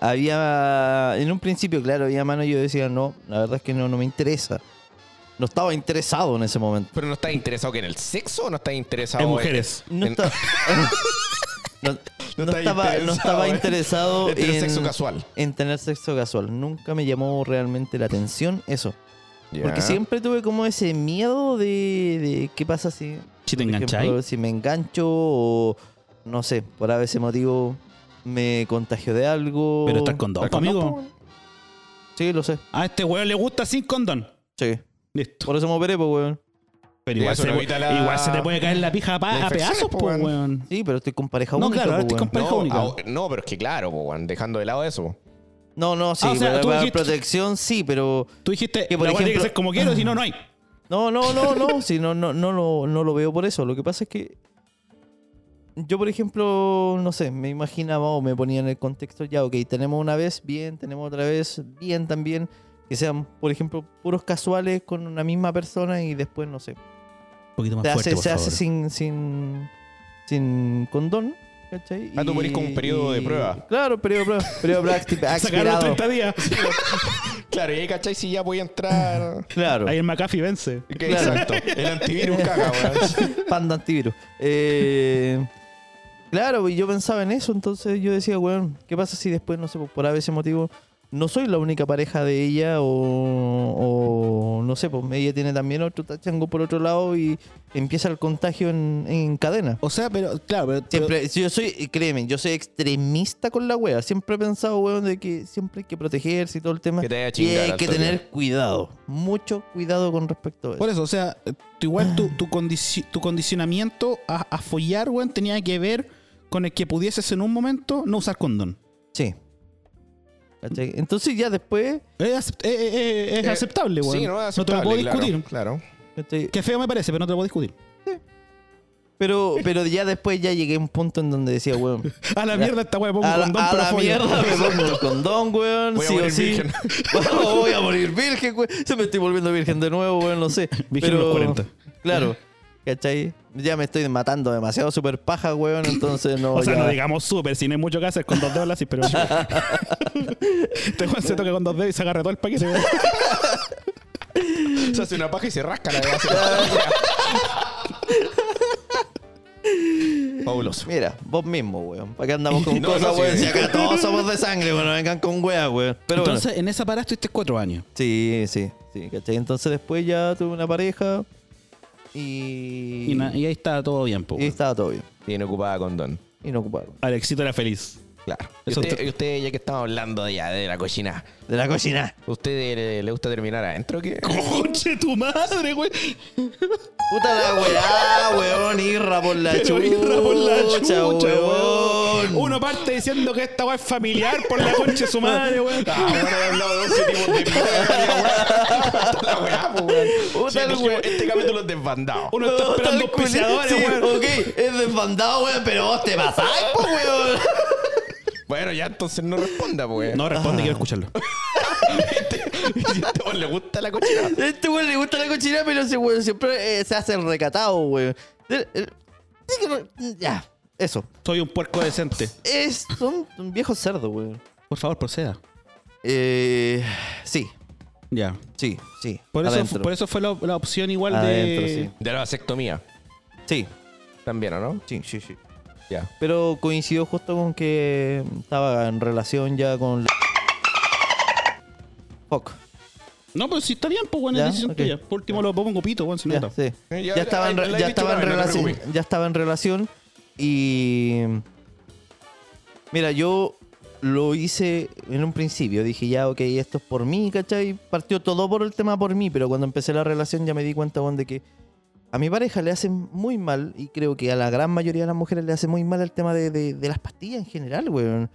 Había. En un principio, claro, había mano y yo decía, no, la verdad es que no, no me interesa. No estaba interesado en ese momento. pero no estás interesado que en el sexo o no estás interesado en mujeres. No, En- estaba no, no estaba estaba, no estaba interesado interesado eh. en tener en, sexo casual. en tener sexo casual. Nunca me llamó realmente la atención eso. Ya. Porque siempre tuve como ese miedo de, de qué pasa si, Si te por engancháis. ejemplo, si me engancho o no sé, por ese motivo me contagio de algo. Pero estás con dos, pues, ¿Estás con amigo. dos, po, weón? Sí, lo sé. A este weón le gusta sin condón. Sí. Listo. Por eso me operé, pues, weón. Pero Y igual, eso se, no pu- evita la- igual se te puede caer la pija a, pa- la a infección, pedazos, po, po, weón. weón. Sí, pero estoy con pareja No, única, claro, ahora pues, estoy weón. Pareja No, única. ahora- no, pero es que claro, po, weón, dejando de lado eso. No, no, sí, Ah, o sea, para, tú para dijiste- protección sí, pero... Tú dijiste, Que, por la weá tiene que ejemplo- ser como quiero, si no, no hay. No, no, no, no, sí, no, no, no, lo, no lo veo por eso. Lo que pasa es que yo, por ejemplo, no sé, me imaginaba o me ponía en el contexto, ya, ok, tenemos una vez, bien, tenemos otra vez, bien también, que sean, por ejemplo, puros casuales con una misma persona y después, no sé, Un poquito más se fuerte, hace, por se hace favor. sin, sin, sin condón. ¿Cachai? Ah, tú Y- morís con un periodo de prueba. Claro, periodo de prueba. Periodo de prueba Sacaron expi- los expirado. 30 días. Claro, y ahí cachai si ya voy a entrar. Claro. Ahí el McAfee vence. Ok, Claro. Exacto. El antivirus caga, weón. Panda antivirus. Eh, claro, y yo pensaba en eso, entonces yo decía, weón, ¿qué pasa si después, no sé, por a veces motivo, no soy la única pareja de ella o, o no sé, pues ella tiene también otro tachango por otro lado y empieza el contagio en, en cadena. O sea, pero, claro, pero, Siempre, si yo soy, y créeme, yo soy extremista con la wea. Siempre he pensado, weón, de que siempre hay que protegerse y todo el tema. Que te vaya a y chingar hay al que toque. tener cuidado, mucho cuidado con respecto a eso. Por eso, o sea, tú igual tu, tu, condici- tu condicionamiento a, a follar, weón, tenía que ver con el que pudieses en un momento no usar condón. Sí. ¿Cachai? Entonces ya después Es, acep- eh, eh, eh, es Eh, aceptable, weón. Sí, no, es te lo puedo aceptable, claro, discutir. Claro. ¿cachai? Qué feo me parece, pero no te lo puedo discutir. Pero, pero ya después ya llegué a un punto en donde decía, weón. A la Ya. mierda esta weón, pongo A la, condón, a pero la follo. mierda me pongo el condón, weón. Voy a sí o morir sí. virgen. Voy a morir virgen, weón. Se me estoy volviendo virgen de nuevo, weón, no sé. Virgen a los 40. Claro. ¿Cachai? Ya me estoy matando demasiado super paja, weón. Entonces no. O sea, ya- no digamos súper, si no hay mucho que hacer con dos dedos así, pero. este weón se toca con dos dedos y se agarra todo el paquete. weón. Se hace una paja y se rasca la verdad. Fabuloso. Mira, vos mismo, weón. ¿Para qué andamos con No, cosas, no, sí. weón? Si acá todos somos de sangre, weón. No vengan con weas, weón. Pero bueno. Entonces, en esa parada estuviste cuatro años. Sí, sí, sí, ¿cachai? Entonces después ya tuve una pareja y. Y, na- y ahí estaba todo bien, po, y weón. estaba todo bien. Tiene ocupada condón. Y no ocuparon. Alexito era feliz. Claro. Y Eso usted, te- y usted, ya que estamos hablando ya de la cochina, De la cocina. ¿usted le, le gusta terminar adentro o qué? ¡Conche tu madre, güey! Puta la weá, weón, irra por la chucha. Irra por la chucha, weón. weón. Uno parte diciendo que esta weá es familiar por la concha de su madre, weón. Ahora Ah, he hablado de 11 tipos de mierda, la weá, po, weón. Puta Sí, el dijimos, weón. Este capítulo es desbandado. Uno está esperando Tal cual, auspiciadores, sí, weón. Ok, es desbandado, weón, pero vos te pasáis, po, weón. Bueno, ya entonces no responda, po, weón. No responde, quiero escucharlo. Y si a este weón le gusta la cochina. Este weón le gusta la cocina, pero ese weón siempre eh, se hace el recatado, weón. el- el- Ya, eso. Soy un puerco decente. Es un, un viejo cerdo, weón. Por favor, proceda. Eh, sí, Ya. sí, sí. Por eso, Adentro. fu- por eso fue la, la opción igual Adentro, de. De la vasectomía. Sí, También, ¿o no? sí, sí, sí. Ya. Pero coincidió justo con que estaba en relación ya con... la- Fuck. No, pero si está bien, pues bueno, Ya, es decisión ok. tuya. Por último lo pongo pito, bueno, si no Ya, está. sí. Eh, ya, ya- estaba en, ahí- re- la ya he dicho estaba en una vez, no te relación. preocupes. ya estaba en relación. Y. Mira, yo lo hice en un principio. Dije, ya, ok, esto es por mí, ¿cachai? Partió todo por el tema por mí, pero cuando empecé la relación ya me di cuenta, weón, de que a mi pareja le hace muy mal, y creo que a la gran mayoría de las mujeres le hace muy mal el tema de, de- de las pastillas en general, weón.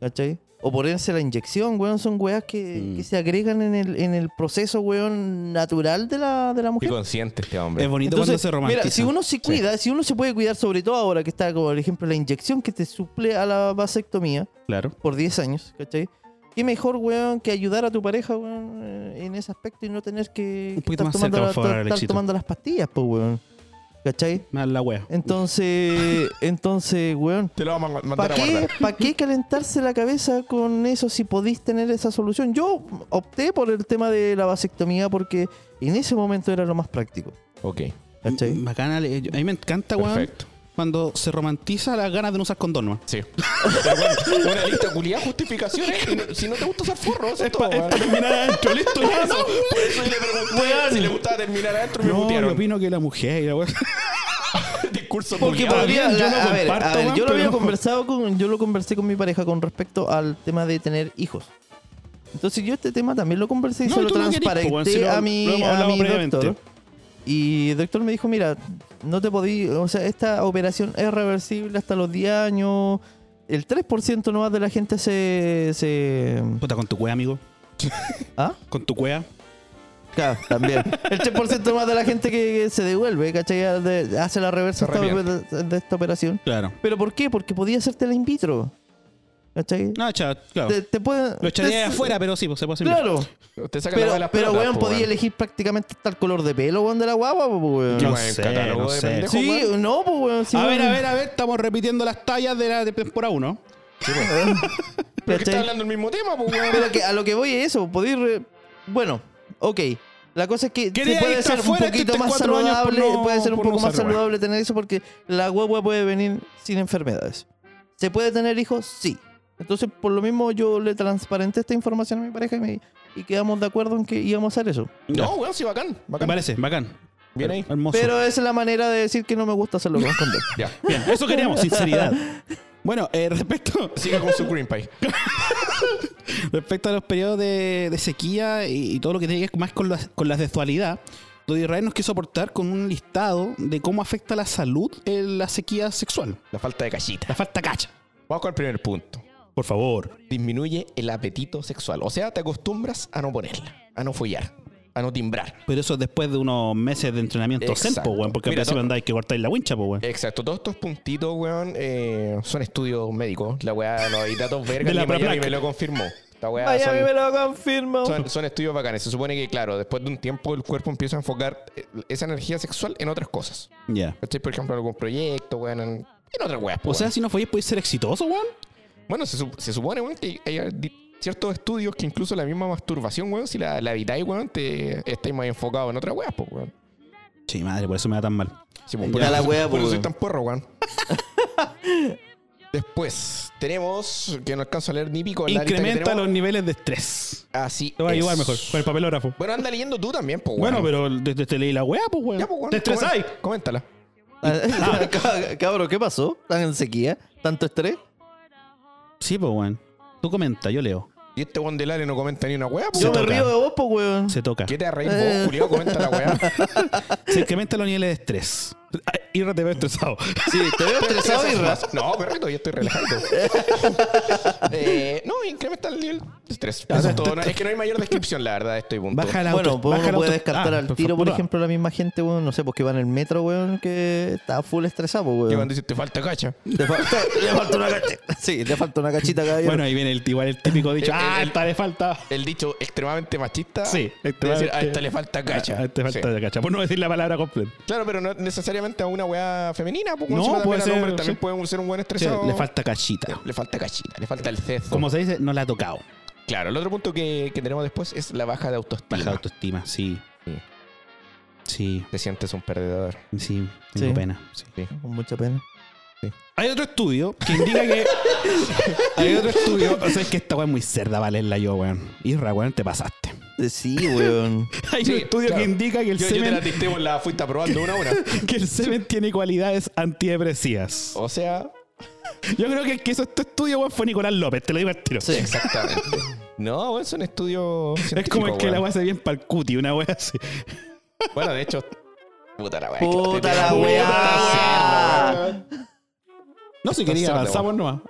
¿Cachai? O ponerse la inyección, weón, son weas que, Mm. que se agregan en el, en el proceso, weón, natural de la, de la Qué mujer. consciente este hombre. Es bonito cuando Entonces, se romantiza. mira, si uno se cuida, si uno se puede cuidar, sobre todo ahora que está, como por ejemplo, la inyección que te suple a la vasectomía Claro. por 10 años, ¿cachai? Qué mejor, weón, que ayudar a tu pareja, weón, eh, en ese aspecto y no tener que Un poquito estar más tomando, cerca, por la- favor, estar- estar Alexito. tomando las pastillas, pues, weón. ¿Cachai? Me da la wea. Eh, Entonces, entonces, weón, Te lo vamos a ma- mandar ¿Para a qué, guardar. pa' qué calentarse la cabeza con eso si podís tener esa solución? Yo opté por el tema de la vasectomía porque en ese momento era lo más práctico. Ok. ¿Cachai? Mm, Bacana, le- yo- a mí me encanta, weón, Perfecto. cuando se romantiza las ganas de no usar condón, weón. Sí. Pero bueno, una lista culiada justificaciones. y no- Si no te gusta usar forro, eso es todo, weón. terminar adentro, listo, Por eso- por eso yo le pregunté si le gustaba terminar adentro y me No, yo putearon. opino que la mujer, la weón. Discurso Porque culiao. podría- podría, bien, yo la- no a ver, a comparto, ver, weón, yo lo había pero- conversado con, yo lo conversé con mi pareja con respecto al tema de tener hijos. Entonces yo este tema también lo conversé y No, se y lo tú no querís, transparenté po, weón, si lo- a mi, lo hemos a hablado mi previamente. doctor. Y el doctor me dijo, mira, no te podí, o sea, esta operación es reversible hasta los 10 años. El 3% nomás de la gente se... se Puta, con tu wea, amigo. ¿Ah? Con tu wea. Claro, también. El 3% más de la gente que, que se devuelve, ¿cachai? De- hace la reversa Se esta- arrepiente. de esta operación. Claro. ¿Pero por qué? Porque podía hacerte la in vitro. ¿Cachai? No, cha, claro. Te, te pueden- Lo echaría te- de afuera, pero sí, pues se puede hacer. Claro. Te saca la Pero, de las pero pelotas, weón, po, podía elegir prácticamente hasta el color de pelo, weón, de la guapa, po, weón. No Qué buen sé, catálogo no de sé. pendejos, Sí, weón. no, pues weón. sí, a ver, weón. a ver, a ver, estamos repitiendo las tallas de la de temporada 1. Pero que ¿Cachai? está hablando el mismo tema, pues, weón. Pero que a lo que voy es eso, podéis... re- Bueno, ok. La cosa es que Quería se puede irte ser un afuera, poquito estuviste más cuatro años por saludable, no- puede ser un por no poco más usar, weón. saludable tener eso porque la guagua puede venir sin enfermedades. ¿Se puede tener hijos? Sí. Entonces, por lo mismo, yo le transparenté esta información a mi pareja y, me- y quedamos de acuerdo en que íbamos a hacer eso. No, weón, sí, bacán. Me Bacán. parece, bacán. Bien ahí. Hermoso. Pero esa es la manera de decir que no me gusta hacerlo con condón. Ya. Bien, eso queríamos, sinceridad. Bueno, eh, respecto, Siga con su green pie. respecto a los periodos de, de sequía y, y todo lo que tiene que ver más con la, con la sexualidad, donde Israel nos quiso aportar con un listado de cómo afecta la salud eh, la sequía sexual. La falta de cachita. La falta cacha. Vamos con el primer punto. Por favor. Disminuye el apetito sexual. O sea, te acostumbras a no ponerla, a no follar, a no timbrar. Pero eso es después de unos meses de entrenamiento zen, Exacto. po, weón, porque al Mira, principio no- andáis que cortáis la wincha, po, weón. Exacto, todos estos puntitos, weón, eh, son estudios médicos. La weá, no hay datos verga, De la ni Miami Plaplac. me lo confirmó. Esta weá Vaya, a mí me son, lo confirmo. son- son estudios bacanes. Se supone que, claro, después de un tiempo el cuerpo empieza a enfocar eh, esa energía sexual en otras cosas. Ya. ¿Cachai? Por ejemplo, algún proyecto, weón, en, en otras weas. po, O sea, weón. si no folláis, podéis ser exitoso, weón. bueno, se, su- se supone, weón, que hay di- ciertos estudios que incluso la misma masturbación, weón, si la, la evitáis, weón, te estáis más enfocado en otras weas, po, weón. Sí, madre, por eso me da tan mal. Sí, pues, Ya por eso- la wea, por pues, eso soy weón. tan porro, weón. Después tenemos, que no alcanzo a leer ni pico, la lista que Incrementa tenemos. los niveles de estrés. Así Te va a es. ayudar mejor, con el papelógrafo. Bueno, anda leyendo tú también, pues, Bueno, pero desde te leí la weá, pues, weón. Ya, pues, weón, Te estresáis. comen- Coméntala. Cab- Ah, Cabro, ¿qué pasó? ¿Están en sequía? ¿Tanto estrés? Sí, pues, weón. Tú comenta, yo leo. Y este weón del área no comenta ni una weá, pues. Yo me toca. río de vos, pues, weón. Se toca. ¿Qué te arreís vos, culiao? Comenta la weá. Se incrementa los niveles de estrés. Ah, Y te veo estresado. Sí, te veo estresado y ra- Más- No, perrito, yo estoy relajado. eh, no, incrementa el nivel de estrés. Eso es, todo. No, es que no hay mayor descripción, la verdad, de este punto. Baja la Bueno, auto- pues baja uno la puede auto- descartar Ah, al por tiro, por favor. ejemplo, la misma gente, weón, no sé, pues que va en el metro, weón, que está full estresado, pues, Y weón. cuando dice, te falta cacha. Le falta, le falta una cachita. Sí, le falta una cachita, caballero. Ah, Bueno, ahí viene el, igual el típico dicho. El- el- ah, esta le falta. El dicho extremadamente machista. Sí, de decir, extremadamente- a esta le falta cacha. Ah, te falta eh, Sí. de cacha. Por no decir la palabra completa. Claro, pero no necesariamente a una una weá femenina, pues, No, si también puede al ser, hombre también sí. puede ser un buen Sí, estresado. le falta cachita. Le falta cachita, le falta el sexo. Como se dice, no la ha tocado. Claro, el otro punto que, que tenemos después es la baja de autoestima. Baja autoestima, sí. Sí. Sí, Te sientes un perdedor. sí, tengo Sí. pena. sí. Con mucha pena. Hay otro estudio que indica que. Hay otro estudio. O sea, es que esta weá es muy cerda, valerla yo, weón. Irra, weón, te pasaste. Eh, Sí, weón. Hay Sí, un estudio claro. que indica que el, Yo, yo te semen, la testé, vos la fuiste aprobando una a una. que el semen tiene cualidades antidepresivas. O sea, Yo creo que el que hizo este estudio, weón, fue Nicolás López, te lo digo al tiro. Sí. exactamente. No, es un estudio Es científico, como el que la weón. weá se bien pa'l cuti, una weá así. Bueno, de hecho. Puta la weá. Puta la Puta weá. la weá. No, si quería cerda, avanzamos nomás.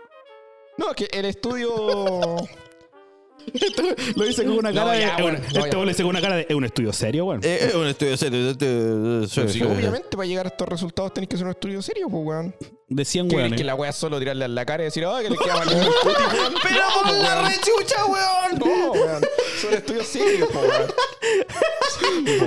No, es que el estudio. Lo hice con una No, cara de. ya, bueno, este no, ya. weón lo hice con una cara de. Es un estudio serio, weón. Eh, Es un estudio serio. es un estudio serio, Sí, serio. obviamente, para llegar a estos resultados tenés que hacer un estudio serio, pues, weón. De 100 ¿Qué weones. crees que la weá es solo tirarle a la cara y decir, ay, que le queda mal el cuti, weón? Pero por la rechucha, weón. No, weón. Son estudios serios, po, weón. Sí, po.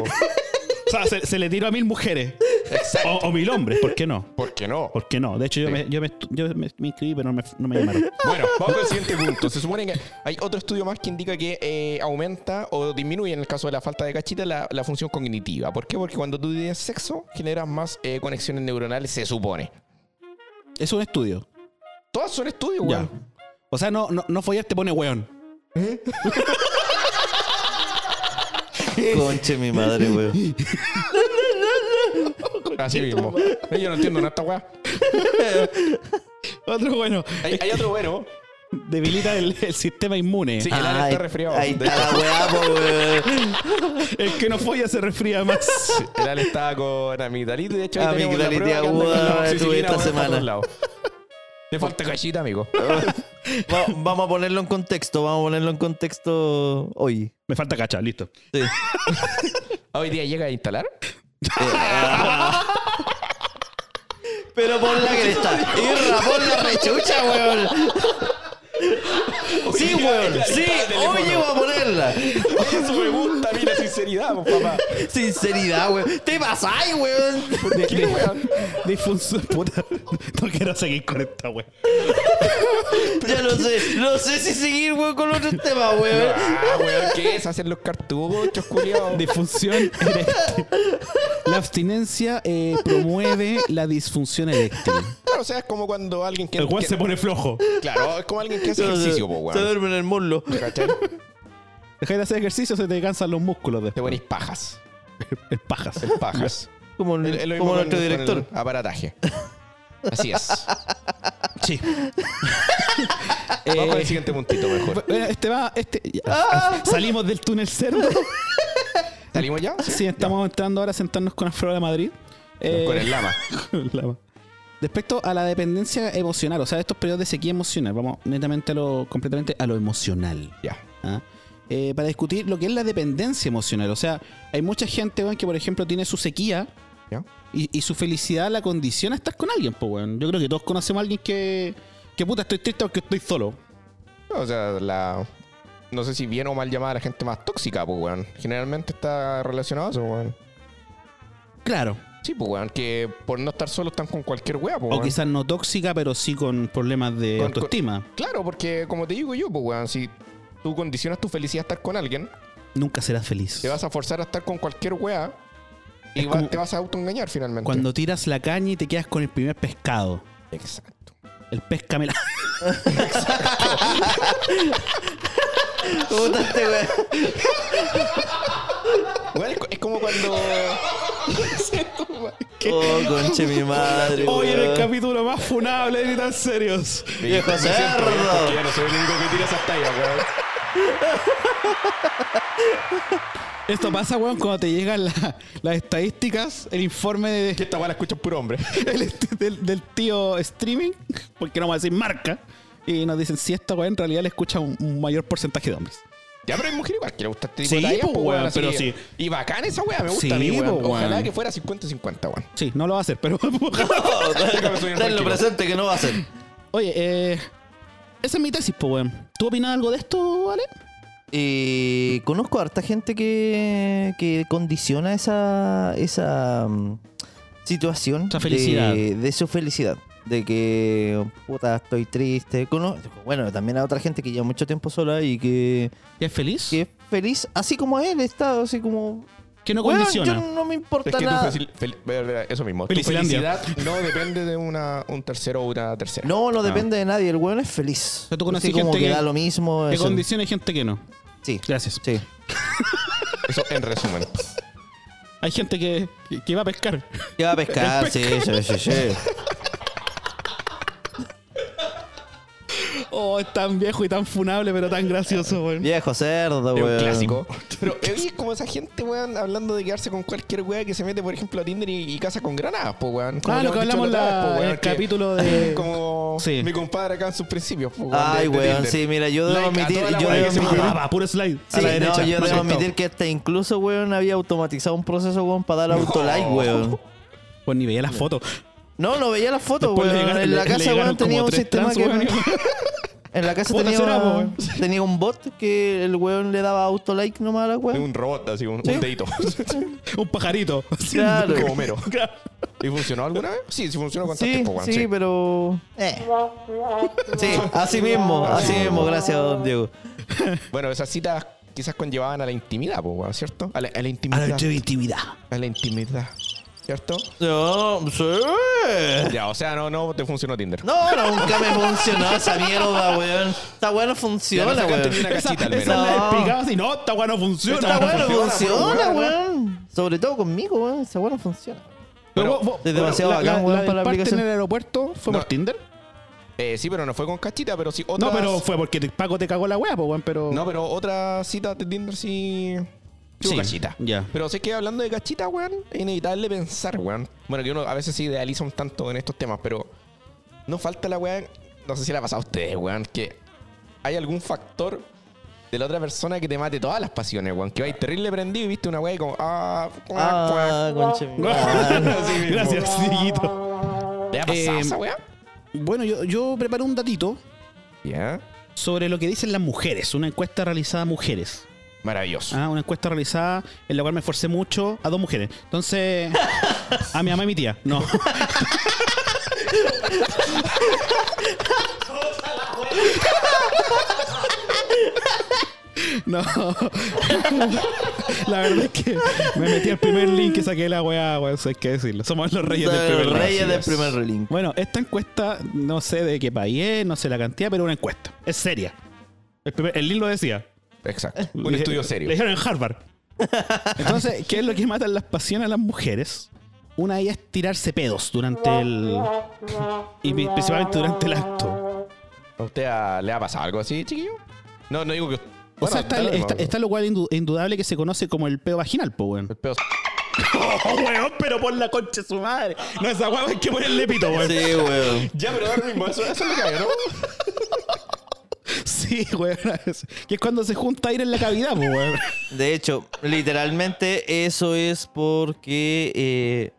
O sea, se, se le tiró a mil mujeres. Exacto. O, o mil hombres, ¿por qué no? ¿Por qué no? ¿Por qué no? De hecho, yo, Sí. me, yo, me, estu- yo me- me inscribí, pero no me, no me llamaron. Bueno, vamos con el siguiente punto. Se supone que hay otro estudio más que indica que eh, aumenta o disminuye en el caso de la falta de cachita la, la función cognitiva. ¿Por qué? Porque cuando tú tienes sexo generas más eh, conexiones neuronales, se supone. Es un estudio. Todas son estudios, Ya. weón. O sea, no, no, no follar te pone weón. Conche mi madre, weón. Así mismo. No, Yo no entiendo nada esta weá. Otro bueno. Hay, hay otro bueno. Debilita el, el sistema inmune. Sí. Y el Ale está resfriado. Ah, ahí está la weá, po, weón. El que no folla se resfría más. El Ale estaba con amigdalitis, de hecho. ahí tenemos la Amigdalitis prueba que anda con Ah, aguda la tuve esta oxitocina, weón, para semana. todos lados. Le falta cachita, amigo. Va- vamos a ponerlo en contexto, vamos a ponerlo en contexto hoy. Me falta cacha, listo. Sí. Ah, Hoy día llega a instalar. Pero por la cresta. Irra, por la rechucha, weón. Sí, weón. Sí, hoy llevo a ponerla. Eso me gusta a mí la sinceridad, po, papá. Sinceridad, weón. Te pasáis, weón. De, ¿Qué, de- weón? disfunción, puta. No quiero seguir con esta weón. Ya no sé. No sé si seguir, weón, con otro tema, weón. Ah, weón, ¿qué es? Hacer los cartuchos, culiao. Disfunción eréctil. La abstinencia eh, promueve la disfunción eréctil. Claro, o sea, es como cuando alguien que. El weón que- se pone flojo. Claro, es como alguien que hace No, se, ejercicio, po, se weón. duerme en el muslo. ¿Cachai? Dejáis de hacer ejercicio, se te cansan los músculos Te después. ponís pajas. El pajas. Pajas. Como, el- Es- es lo mismo como con- nuestro con el director. aparataje. Así es. Sí. Eh, Vamos al siguiente puntito, mejor. Bueno, Este va, este. ya. Salimos del túnel cerdo. ¿Salimos ya? Sí, estamos entrando ahora a sentarnos con Afro de Madrid. Eh, Con el lama. lama. Respecto a la dependencia emocional, o sea, estos periodos de sequía emocional, vamos netamente a lo, completamente a lo emocional. Ya. ¿ah? Eh, para discutir lo que es la dependencia emocional. O sea, hay mucha gente, weón, que por ejemplo tiene su sequía ¿Ya? y, y su felicidad la condiciona a estar con alguien, pues, weón. Yo creo que todos conocemos a alguien que, que puta, estoy triste porque estoy solo. O sea, la. No sé si bien o mal llamada la gente más tóxica, pues, weón. Generalmente está relacionado a eso, weón. Claro. Sí, pues, weón, que por no estar solo están con cualquier weá, pues, O weón. quizás no tóxica, pero sí con problemas de Con- autoestima. Claro, porque como te digo yo, pues, weón, si tú condicionas tu felicidad a estar con alguien, Nunca serás feliz. te vas a forzar a estar con cualquier weá y Es va- como- te vas a autoengañar finalmente. Cuando tiras la caña y te quedas con el primer pescado. Exacto. El pescamela. Puta, este weón. Weón, es, co- es como cuando. Oh, conche mi madre. weón. capítulo más funable ni tan serios. Viejo Me siento bien cerdo. porque ya no soy el único que tira esas tallas, weón. Esto pasa, weón, cuando te llegan la- las estadísticas, el informe Que de- esta weá la escucha un puro hombre. el este- del, del tío streaming, porque no vamos a decir marca, y nos dicen si esta weón en realidad le escucha un, un mayor porcentaje de hombres. Ya, pero hay mujeres igual que le gusta este tipo Sí, de tallas, po, pues, weón, weón, así pero que- sí. Y bacán esa weá, me gusta Sí, a mí, weón. po, Ojalá weón. que fuera 50-50, weón. Sí, no lo va a hacer, pero Déjame subir un Tenlo tranquilo. presente que no va a ser. Oye, eh, esa es mi tesis, po, weón. ¿Tú opinas algo de esto, Ale? Eh, conozco a harta gente que, que condiciona esa, esa, mm, situación Esa felicidad. De, de su felicidad. De que, puta, estoy triste. Cono- Bueno, también a otra gente que lleva mucho tiempo sola y que, ¿Ya es feliz? que es feliz, así como él está, así como... Que no "Weón, condiciona. yo no me Es importa que tu nada. fel- fel- ver, ver, eso mismo. Tu Felicilandia. felicidad no depende de una, un tercero o una tercera. No, no depende de nadie, el weón es feliz. sea, tú conocí Así como gente que que- da lo mismo. Que eso. condiciona y gente que no. Sí, Gracias. sí. Eso en resumen. Hay gente que, que- que va a pescar. Que va a pescar, sí, sí, sí, sí. Oh, es tan viejo y tan funable, pero tan gracioso, weón. Viejo cerdo, Es weón. un clásico. Pero es como esa gente, weón, hablando de quedarse con cualquier weá que se mete, por ejemplo, a Tinder y, y casa con granadas, po, weón. Como Ah, lo hemos que dicho hablamos otra la- vez, po, en el que- capítulo de- Como Sí. mi compadre acá en sus principios, po, weón, Ay, de- de weón, Tinder. sí, mira, yo debo Like a admitir, toda la yo weá debo que se admitir, mueva. Ah, va, puro slide. Sí, a la no, derecha. yo Más debo alto. admitir que hasta incluso, weón, había automatizado un proceso, weón, para dar autolike, weón. Pues ni veía las fotos. No, no veía las fotos, Después le weón. llegaron- en le- la le casa, llegaron weón, tenía como un tres sistema trans, que. weón. En la casa Puta, tenía, será, una- weón. tenía un bot que el weón le daba autolike nomás a la weón. Un robot, así, un, un dedito. Un pajarito. Así, Claro. Como Homero. claro. ¿Y funcionó alguna vez? Sí, sí funcionó con Sí, tantos, po, weón, sí, pues. pero. Eh. Sí, así mismo, así mismo, gracias, don Diego. Bueno, esas citas quizás conllevaban a la intimidad, po, weón, ¿cierto? A la, a A la intimidad. la noche de intimidad. a la intimidad. ¿Cierto? No, sí. Ya, o sea, no, no te funcionó Tinder. No, nunca me funcionó esa mierda, weón. Esta weá no Ya no funciona, sacaste ni weón. una Esa, cachita al esa menos. la No. explicaba así. No, esta weá no funciona. Esta weá no funciona, funciona, funciona, weón. Sobre todo conmigo, weón. Esta weá no funciona. Pero Pero vos- vos- es demasiado la- la- bacán, la, weón, para la del parte aplicación. en el aeropuerto fue No. por Tinder? Eh, sí, pero no fue con cachita, pero sí No, otras... pero fue porque te- Paco te cagó la weá, pues, weón, pero... No, pero otra cita de Tinder sí... tuvo Sí, cachita. ya. Pero sé que hablando de cachita, weón, es inevitable pensar, weón. Bueno, que uno a veces se idealiza un tanto en estos temas, pero no falta la weón. No sé si la ha pasado a ustedes, weón, que hay algún factor de la otra persona que te mate todas las pasiones, weón. Que vais terrible prendido y viste una weá y como. Ah, cuac, Ah, conche. mi madre. Así mismo. Gracias, Dieguito. cuac. ¿Te ha pasado Eh, esa weá? Bueno, yo, yo preparé un datito Ya. sobre lo que dicen las mujeres. Una encuesta realizada a mujeres. Maravilloso. Ah, una encuesta realizada en la cual me esforcé mucho a dos mujeres. Entonces, a mi mamá y mi tía. No. No. La verdad es que me metí al primer link que saqué de la weá, weón. Eso hay que decirlo. Somos los reyes del primer Los link. Reyes así del es. primer relink. Bueno, esta encuesta, no sé de qué país es, no sé la cantidad, pero una encuesta. Es seria. El, primer, el link lo decía. Exacto. Un Le- estudio Le serio. dijeron en Harvard. Entonces, ¿qué es lo que matan las pasiones a las mujeres? Una de ellas es tirarse pedos durante el. Y pri- principalmente durante el acto. ¿A usted ah, le ha pasado algo así, chiquillo? No, no digo que. o sea, Bueno, está, da lo mismo. está- está lo cual indu- indudable que se conoce como el pedo vaginal, po, weón. El pedo- ¡Oh, weón! Pero por la concha de su madre. No, esa weón hay que ponerle pito, weón. Sí, weón. Ya, pero da lo mismo, eso, eso es lo que hay, ¿no? Sí, weón. es- Que es cuando se junta aire en la cavidad, po, weón. De hecho, literalmente eso es porque. eh,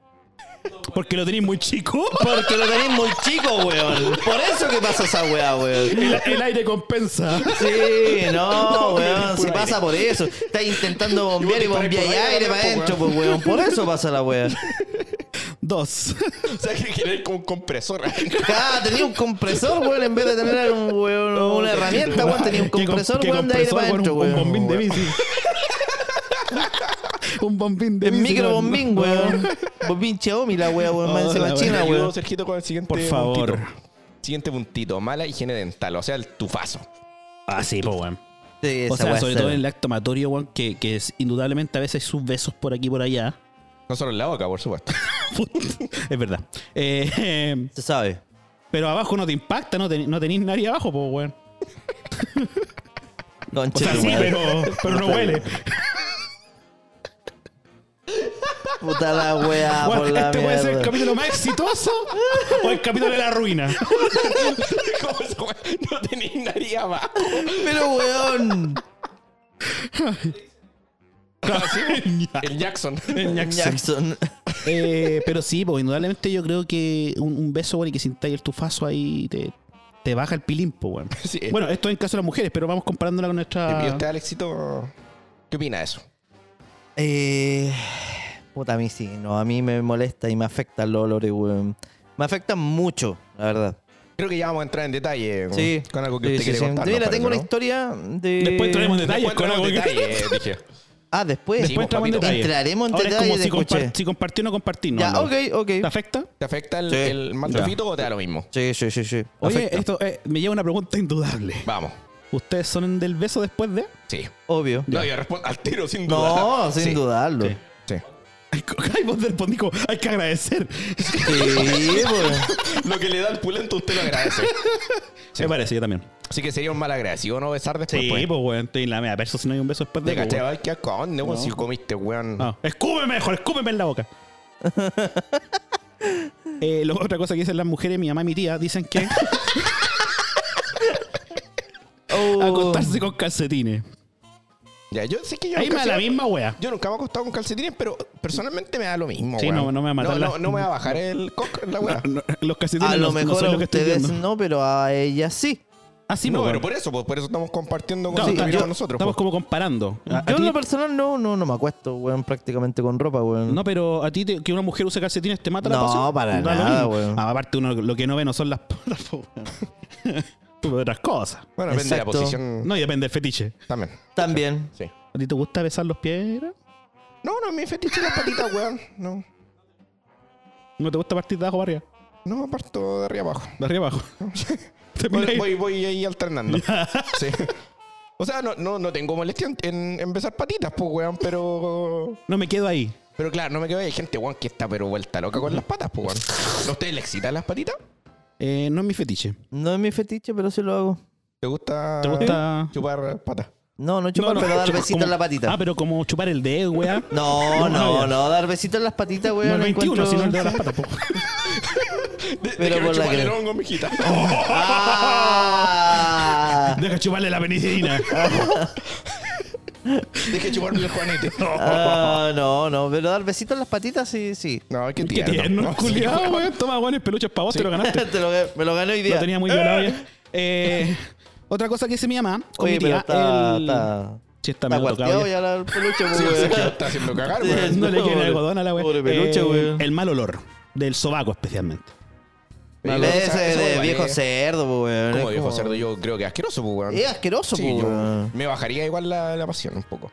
Porque lo tenéis muy chico. porque lo tenéis muy chico, weón. Por eso que pasa esa weá, weón. El, el aire compensa. Sí, no, weón, puro si aire. pasa por eso. Está intentando bombear y Y vos te bombear pones por ahí, aire weón, para po, adentro, weón. pues weón. Por eso pasa la weá. Dos. O sea, que quiere ir con un compresor. Ah, tenía un compresor, weón, en vez de tener un, weón, una herramienta, weón, tenía un ¿Qué com- compresor, qué weón, de aire compresor, para weón? adentro, Un, un weón. bombín de bici. un bombín de El bici. microbombín, weón. weón. Bombín Xiaomi, la weá, weón, más Oh, encima la china, weá. weón. Sergito, con el siguiente Por favor. puntito. Siguiente puntito, mala higiene dental, o sea, el tufazo. Ah, sí, po, weón. Sí, esa O sea, weá sobre es todo en cero. el lactomatorio, weón, que, que es, indudablemente a veces sus besos por aquí y por allá. No solo en la boca, por supuesto. es verdad. Eh, eh, Se sabe. pero abajo no te impacta, no, ten- no tenés nadie abajo, po, weón. O Concha sea, tu sí, madre. pero, pero no huele. Puta la weá, Weón, por la este puede ser el mierda. capítulo más exitoso o el capítulo de la ruina. ¿Cómo esa weá? No tenéis nadie abajo. Pero weón. El Jackson. Eh, Jackson. Eh, pero sí, pues indudablemente yo creo que un, un beso, bueno, y que sintáis el tufazo ahí te, te baja el pilimpo, weón. Sí. Bueno, esto en caso de las mujeres, pero vamos comparándola con ¿Y nuestra. usted, Alexito, qué opina de eso? Eh, Puta, a mí sí, no, a mí me molesta y me afectan los olores, weón. Me afectan mucho, la verdad. Creo que ya vamos a entrar en detalle con- Sí. con algo que Sí, usted sí, quiere sí. contar. Mira, tengo una historia de. Después traemos Eh, Después detalles con algo entramos en que- detalle, eh, dije. Ah, Después después. Seguimos, entramos en papito. detalle. Entraremos en Ahora es como detalle, si, te escuché. compar- si compartí o no compartí, no. Ya, no. ok, ¿Te ok. afecta? ¿Te afecta el, Sí. el mantofito o te da lo mismo? Sí, sí, sí, sí. Oye, Afecta. esto eh, me lleva a una pregunta indudable. Vamos. ¿Ustedes son del beso después de? Sí. Obvio. No, yo respondo al tiro sin duda. No, sin Sí, dudarlo. Sí. Sí, sí. Ay, vos del pondico, hay que agradecer. pues. Lo que le da el pulento usted lo agradece. Sí. Me parece, yo también. Así que sería un mal agradecido no besar después. Sí, pues, pues. weón, estoy en la media. Verso si no hay un beso después de. Te pues, caché, weón. ay, qué acón, weón, si comiste, weón. Ah, escúpeme mejor, escúpeme en la boca. Eh, lo- otra cosa que dicen las mujeres, mi mamá y mi tía, dicen que Uh. Oh. acostarse con calcetines. Ya, yo sé que yo Ahí me nunca da he la sido- misma wea. Yo nunca me he acostado con calcetines, pero personalmente me da lo mismo, Sí, weón. no- no me va a matar No, la- no, no me va a bajar el cock en la weá. No, los calcetines A no, lo no mejor son a lo que estoy ustedes viendo. no, pero a ella sí. Ah, sí, no, pues, pero weón. por eso, pues, por eso estamos compartiendo con, Claro, su está- opinión yo- con nosotros. Estamos pues. como comparando. A- a Yo ti- en lo personal no, no, no me acuesto, weón, prácticamente con ropa, weón. No, pero a ti te- que una mujer use calcetines te mata la No, pasión. Da para lo nada, mismo. weón. Ah, aparte, uno lo que no ve no son las patas, po, weón. Tú ves otras cosas. Bueno, depende de la Exacto. posición No, y depende del fetiche. también. También. Sí. ¿A ti te gusta besar los pies? Ira? No, no, mi fetiche es la patita, weón. No. ¿No te gusta partir de abajo para arriba? No, parto de arriba abajo. De arriba abajo. Te mira Voy, ahí. voy, voy ahí alternando. Sí. O sea, no, no, no tengo molestia en- en, en besar patitas, pues, weón, pero. No me quedo ahí. Pero claro, no me quedo ahí. Hay gente, weón, que está pero vuelta loca con las patas, pues, weón. ¿A ustedes le excitan las patitas? Eh, no es mi fetiche. No es mi fetiche, pero sí lo hago. ¿Te gusta, ¿Te gusta? chupar patas? No, no chupar, No, no, pero dar chupa- besito como- en la patita. Ah, pero como chupar el dedo, weá. No, No, no, ya. no, dar besito en las patitas, No weón. el 21, encuentro- sino el dedo de las patas, po. Pero por la chupar que- el hongo, mijita. Oh. Ah, Deja chuparle la penicilina. Ah, Deje chuparme el juanete. Ah, no, no, pero dar besito en las patitas, sí, sí. No, qué Qué tierno. tierno, No, sí, culiado, weón. weón. Toma, weón, peluches para vos, te lo ganaste. Te lo- me lo gané hoy día. Lo tenía muy violado ya. Eh, otra cosa que dice mi mamá. con mi Oye, pero tía, está, el- está, Sí, está está, medio tocado cuarteado ya. ya la- el peluche, pues, Sí, weón. sí, que lo está haciendo cagar, weón. No le Pobre- quieren algodón a la weá. Eh, pobre peluche, weón. El mal olor. Del sobaco, especialmente. Pero Ese esa- esa de hueá viejo eh. es- cerdo, pues, weón. Como Es viejo como- cerdo, yo creo que es asqueroso, pues, weón. Es asqueroso, Sí, pues, yo weón. me bajaría igual la, la pasión un poco.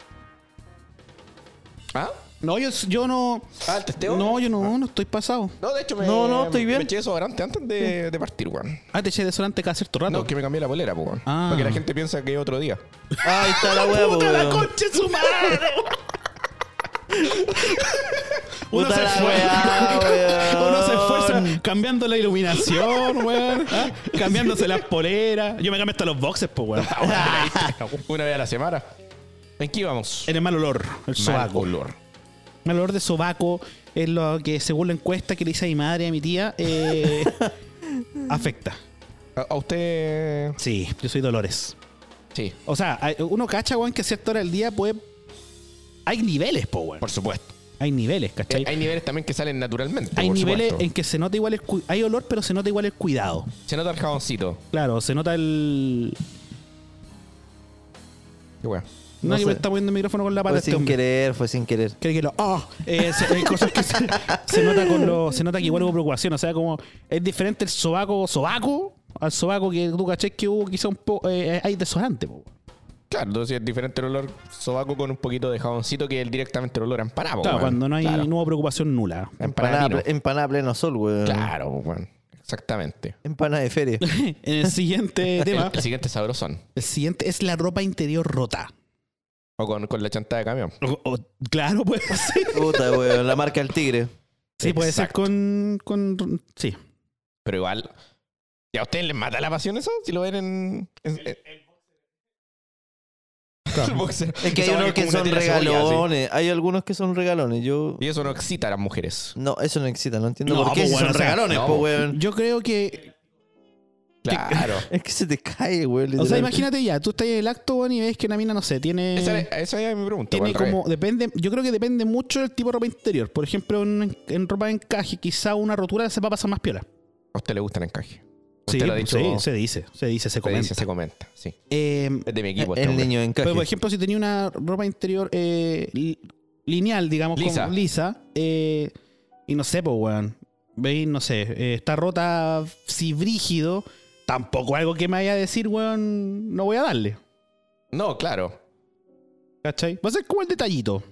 ¿Ah? No, yo, yo no. ¿Ah, el testeo? No, yo no, no estoy pasado. No, de hecho me. No, no, estoy bien. Me eché desodorante antes de, de partir, weón. Ah, te eché desodorante cada cierto rato. No, que me cambié la polera, pues, weón. Ah. Para que la gente piensa que es otro día. Ahí está la weá, pues, weón. concha de su madre! Uno Puta se, la esfuerza, weá, weón. uno se esfuerza cambiando la iluminación, weón. ¿ah? Cambiándose las poleras. Yo me cambio hasta los boxes, pues, weón. Una vez a la semana. ¿En qué íbamos? En el mal olor, el sobaco. Mal olor. El olor de sobaco es lo que, según la encuesta que le hice a mi madre y a mi tía, eh, afecta. ¿A, a usted. Sí, yo soy Dolores. Sí, O sea, hay- uno cacha, weón, que a cierta hora del día puede... Hay niveles, po, weón. por supuesto. Hay niveles, ¿cachai? Eh, Hay niveles también que salen naturalmente. Hay por niveles supuesto. en que se nota igual el cu- hay olor, pero se nota igual el cuidado. Se nota el jaboncito. Claro, se nota el. Qué weón. No, No que sé. me está poniendo el micrófono con la pata Fue este sin hombre. querer, fue sin querer. Cree que lo. ¡Ah! Eh, se- hay cosas que se, se nota con lo, se nota que igual hubo preocupación. O sea, como es diferente el sobaco sobaco al sobaco que tú caché que hubo quizá un poco. hay desodorante, po. Claro, entonces es diferente el olor sobaco con un poquito de jaboncito que el directamente el olor a empanado. Claro, weón. cuando no hay Oh, Claro. no hubo preocupación nula. Empanada, Empanada de pino. ple- empanada pleno sol, weón. Claro, weón. Exactamente. Empanada de feria. en el siguiente El, tema. el siguiente es sabrosón. El siguiente es la ropa interior rota. O con, con la chanta de camión. O- o- claro, puede ser. Puta, weón. La marca del tigre. Sí, puede ser Exacto. con. con sí. Pero igual. ¿Y a ustedes les mata la pasión eso? Si lo ven en. en- en- el boxer. Es que hay Esa weá unos es que como una son tela de cebolla, regalones. Hay algunos que son regalones. Yo. sí. Y eso no excita a las mujeres. No, eso no excita, no entiendo No, por qué. pues, si weón, son o sea, regalones, no. pues, weón. Yo creo que Claro. Es que se te cae, weón. O sea, literal. imagínate ya, tú estás en el acto weón, y ves que una mina, no sé, tiene. esa, era- esa era mi pregunta. tiene weón, al como. revés. Depende, yo creo que depende mucho del tipo de ropa interior. Por ejemplo, en, en ropa de encaje, quizá una rotura se va a pasar más piola. A usted le gusta el encaje. Sí, Usted lo ha pues dicho. sí, se dice, se dice, se se comenta. dice, se comenta. Sí. Eh, Es de mi equipo. este El hombre. niño en pero por caja. ejemplo, si tenía una ropa interior eh, l- lineal, digamos, Lisa. como lisa. eh, y no sé, pues, weón. Veis, no sé, eh, está rota, si brígido. Tampoco algo que me vaya a decir, weón, no voy a darle. No, claro. ¿Cachai? Va a ser como el detallito.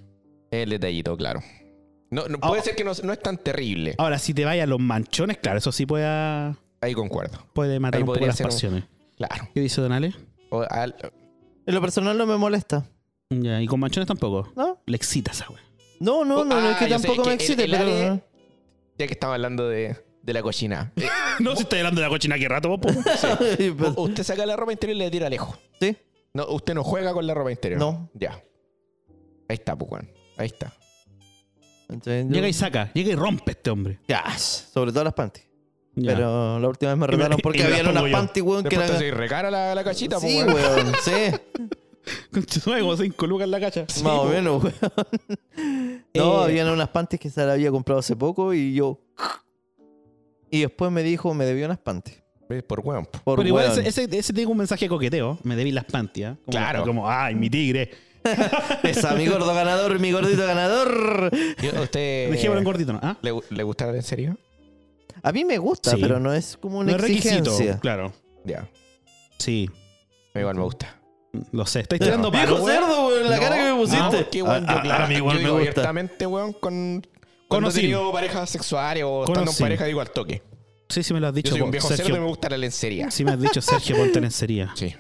El detallito, claro. No, no, Ah. puede ser que no, no es tan terrible. Ahora, si te vaya a los manchones, claro, eso sí puede, Ahí concuerdo. puede matar Ahí un poco podría las ser un- pasiones. Claro. ¿Qué dice Don Ale? O al- En lo personal no me molesta. Ya, y con manchones tampoco. ¿No? Le excita esa weón. No, no, no, no, Ah, es que ya sé, tampoco es me que excite, el- el pero. Ale- ya que estamos hablando de, de la cochina. Eh, No, si estoy hablando de la cochina que rato, vos, po. Pero- u- usted saca la ropa interior y le tira lejos. sí. No, usted no juega con la ropa interior. No. Ya. Ahí está, pues, weón. Ahí está. Entonces, yo- Llega y saca, llega y rompe este hombre. Ya, sobre todo las panties. Ya. Pero la última vez me Y me- retaron y porque me las había unas pongo yo. panties, weón, que Después eran. te hace recara la, la cachita, pues, Sí, weón. weón, sí. Conchetumare, como cinco lucas la cacha. Más o po. menos, weón. No, Eh. habían unas panties que se las había comprado hace poco y yo. Y después me dijo, me debió unas panties. ¿Ves? Por weón. po. Por Pero igual weón. ese, ese, ese tiene un mensaje de coqueteo. Me debí las pantias. Como, Claro. Como, ay, mi tigre. Esa, mi gordo ganador, mi gordito ganador. ¿Y ¿Usted Dejémoslo en gordito, ¿no? ¿Ah? le, le gustará en serio? A mí me gusta, Sí. pero no es como No una es requisito. exigencia. Claro. Ya. Sí. Igual me gusta. Lo sé. Estáis tirando Viejo palos. weón. cerdo, weón, la cara que me No, pusiste. porque, weón, A- yo, a- claro, a mí igual yo me digo gusta. abiertamente, weón, con... Con Cuando o he sin. tenido parejas sexuales o Con o estando en sin. pareja, digo al toque. Sí, sí me lo has Yo dicho. soy un po, viejo cerdo y me Sergio. gusta la lencería. Sí me has dicho Sergio ponte en lencería. Sí.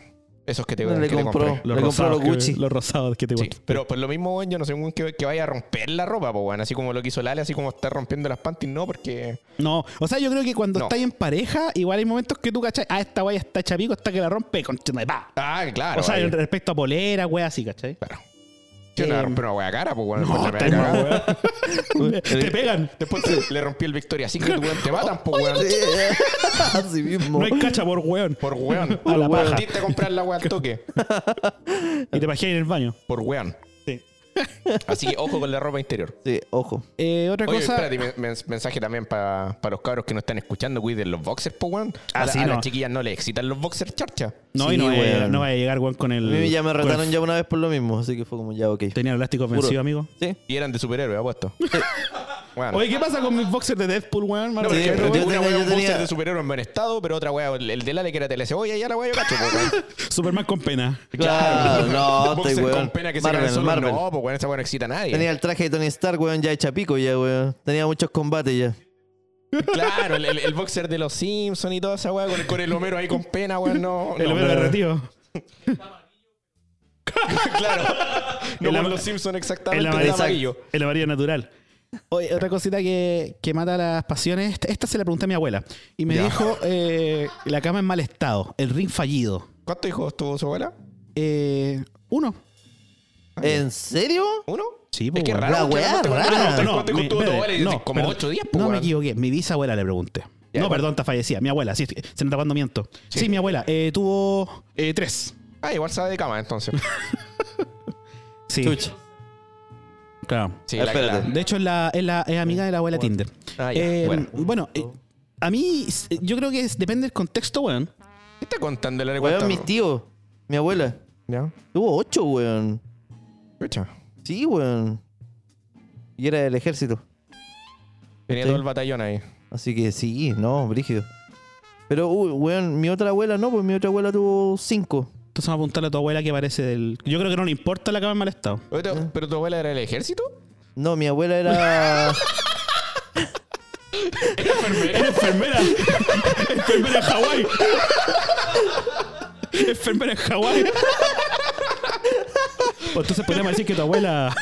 Esos que te, No le que te compró. compré. Los Le compró rosados. los Gucci. Que, los rosados que te Sí, gustan. pero por lo mismo, weón, yo no soy un que, que vaya a romper la ropa, po, weón. Así como lo que hizo Lale, así como está rompiendo las panties, no, porque... No, o sea, yo creo que cuando No. estáis en pareja, igual hay momentos que tú cachai, ah, esta wea está chapico hasta que la rompe con chino de pa. Ah, claro. o sea, ahí. en respecto a polera, wea así, ¿cachai? Oh, Claro. Yo no Eh, le rompí una wea cara, pues, weón. No, Después la estáis wea más cara. wea. Te pegan. Después te- le rompí el Victoria así que weón, te matan, pues, weón. Así mismo. No hay cacha por weón. Por weón. A la paja. Partiste a comprar la wea al toque. Y te pajeáis en el baño. Por weón. Sí. Así que ojo con la ropa interior. Sí, ojo. Eh, otra Oye, cosa. espérate, men- men- mensaje también para los cabros que no están escuchando, cuiden los boxers, po, weón. A, Ah, la- sí, a no. las chiquillas no les excitan los boxers, charcha. No, y Sí, no vaya, a weón. llegar- no vaya a llegar, weón, con A el. mí ya me con el- retaron ya una vez por lo mismo, así que fue como ya, ok. Tenía el elástico Puro. ofensivo, amigo. Sí. Y eran de superhéroes, apuesto. Bueno. Oye, ¿qué pasa con mis boxers de Deadpool, weón? No, Mara- pero Sí, es que pero yo una tenía- wea yo un boxer tenía- de superhéroes en buen estado, pero otra wea, el, el de Lale que era teleceolla, y a la wea yo cacho, po, weón. Superman con pena. Claro, no, Boxer estoy con weón. pena que se Marvel, caen solos, Marvel. No, pues weón, esa wea no excita a nadie. Tenía el traje de Tony Stark, weón, ya hecha pico ya, weón. Tenía muchos combates ya. Claro, el, el- el boxer de los Simpsons y toda esa weá, con, con el Homero ahí con pena, weón, no. El no, hombre no. derretido. Claro. No El como ama- los Simpsons exactamente, El el amarillo, amarillo. el amarillo natural. Oye, otra cosita que, que mata las pasiones. Esta, esta se la pregunté a mi abuela. Y me Ya. dijo: eh, la cama en mal estado, el ring fallido. ¿Cuántos hijos tuvo su abuela? Eh, uno. ¿En serio? ¿Uno? Sí, po, pues. Es que weón. raro. La que weá, no te rara. contaron, Ah, te no, contaron mi- tu abuela espérate, y no, decís, como perdón. 8 días, pues, No me weón. equivoqué, mi bisabuela le pregunté. Ya, no, igual. perdón, está fallecida. Mi abuela, sí, estoy- se nota cuando miento. Sí, mi abuela, eh, tuvo eh, tres. Ah, igual sabe de cama, entonces. Sí. Chucha. Claro. Sí, Ah, la espérate. la- De hecho, es, la, es, la- es amiga de la abuela Tinder. Ah, ya, Eh, bueno. bueno, eh, a mí, s- yo creo que es- depende del contexto, weón. ¿Qué está contando la Weón, mis tíos. Mi abuela. Ya. Tuvo ocho, weón. Escucha. Sí, weón. Y era del ejército. Tenía Sí. todo el batallón ahí. Así que sí, no, brígido. Pero, uy, weón, mi otra abuela no, pues mi otra abuela tuvo cinco. Entonces vamos a apuntarle a tu abuela que parece del. Yo creo que no le importa la cama en mal estado. Oye, ¿Eh? te- ¿Pero tu abuela era del ejército? No, mi abuela era. ¡Era enfermera! ¡Enfermera en Hawái! ¡Enfermera en Hawái! O entonces podríamos decir que tu abuela.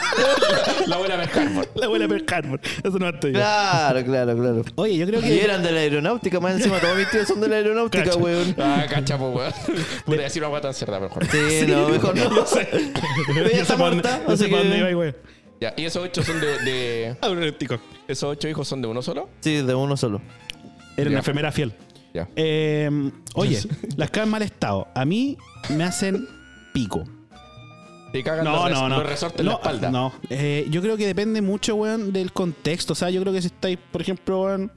La abuela de Harvard. La abuela Per Harmon. Eso no estoy yo. claro, claro, claro. Oye, yo creo Y que. eran de la aeronáutica, más encima todos mis tíos son de la aeronáutica, Cacha. weón. Ah, cacha, pues, weón. Podría decir una weá tan cerda, mejor. Sí, no, mejor no. Yo ella está sé pa' muerta, dónde- yo así sé pa' que- dónde iba, güey. Ya, ¿y esos ocho son de, de- Abre el tico. ¿Esos ocho hijos son de uno solo? Sí, de uno solo. Era una Ya. enfermera fiel. Ya. Eh, oye, las camas en mal estado. A mí me hacen pico. Te cagan No, los, res- no, no. los resortes en no, la espalda. No. Eh, yo creo que depende mucho, weón, del contexto. O sea, yo creo que si estáis, por ejemplo, weón,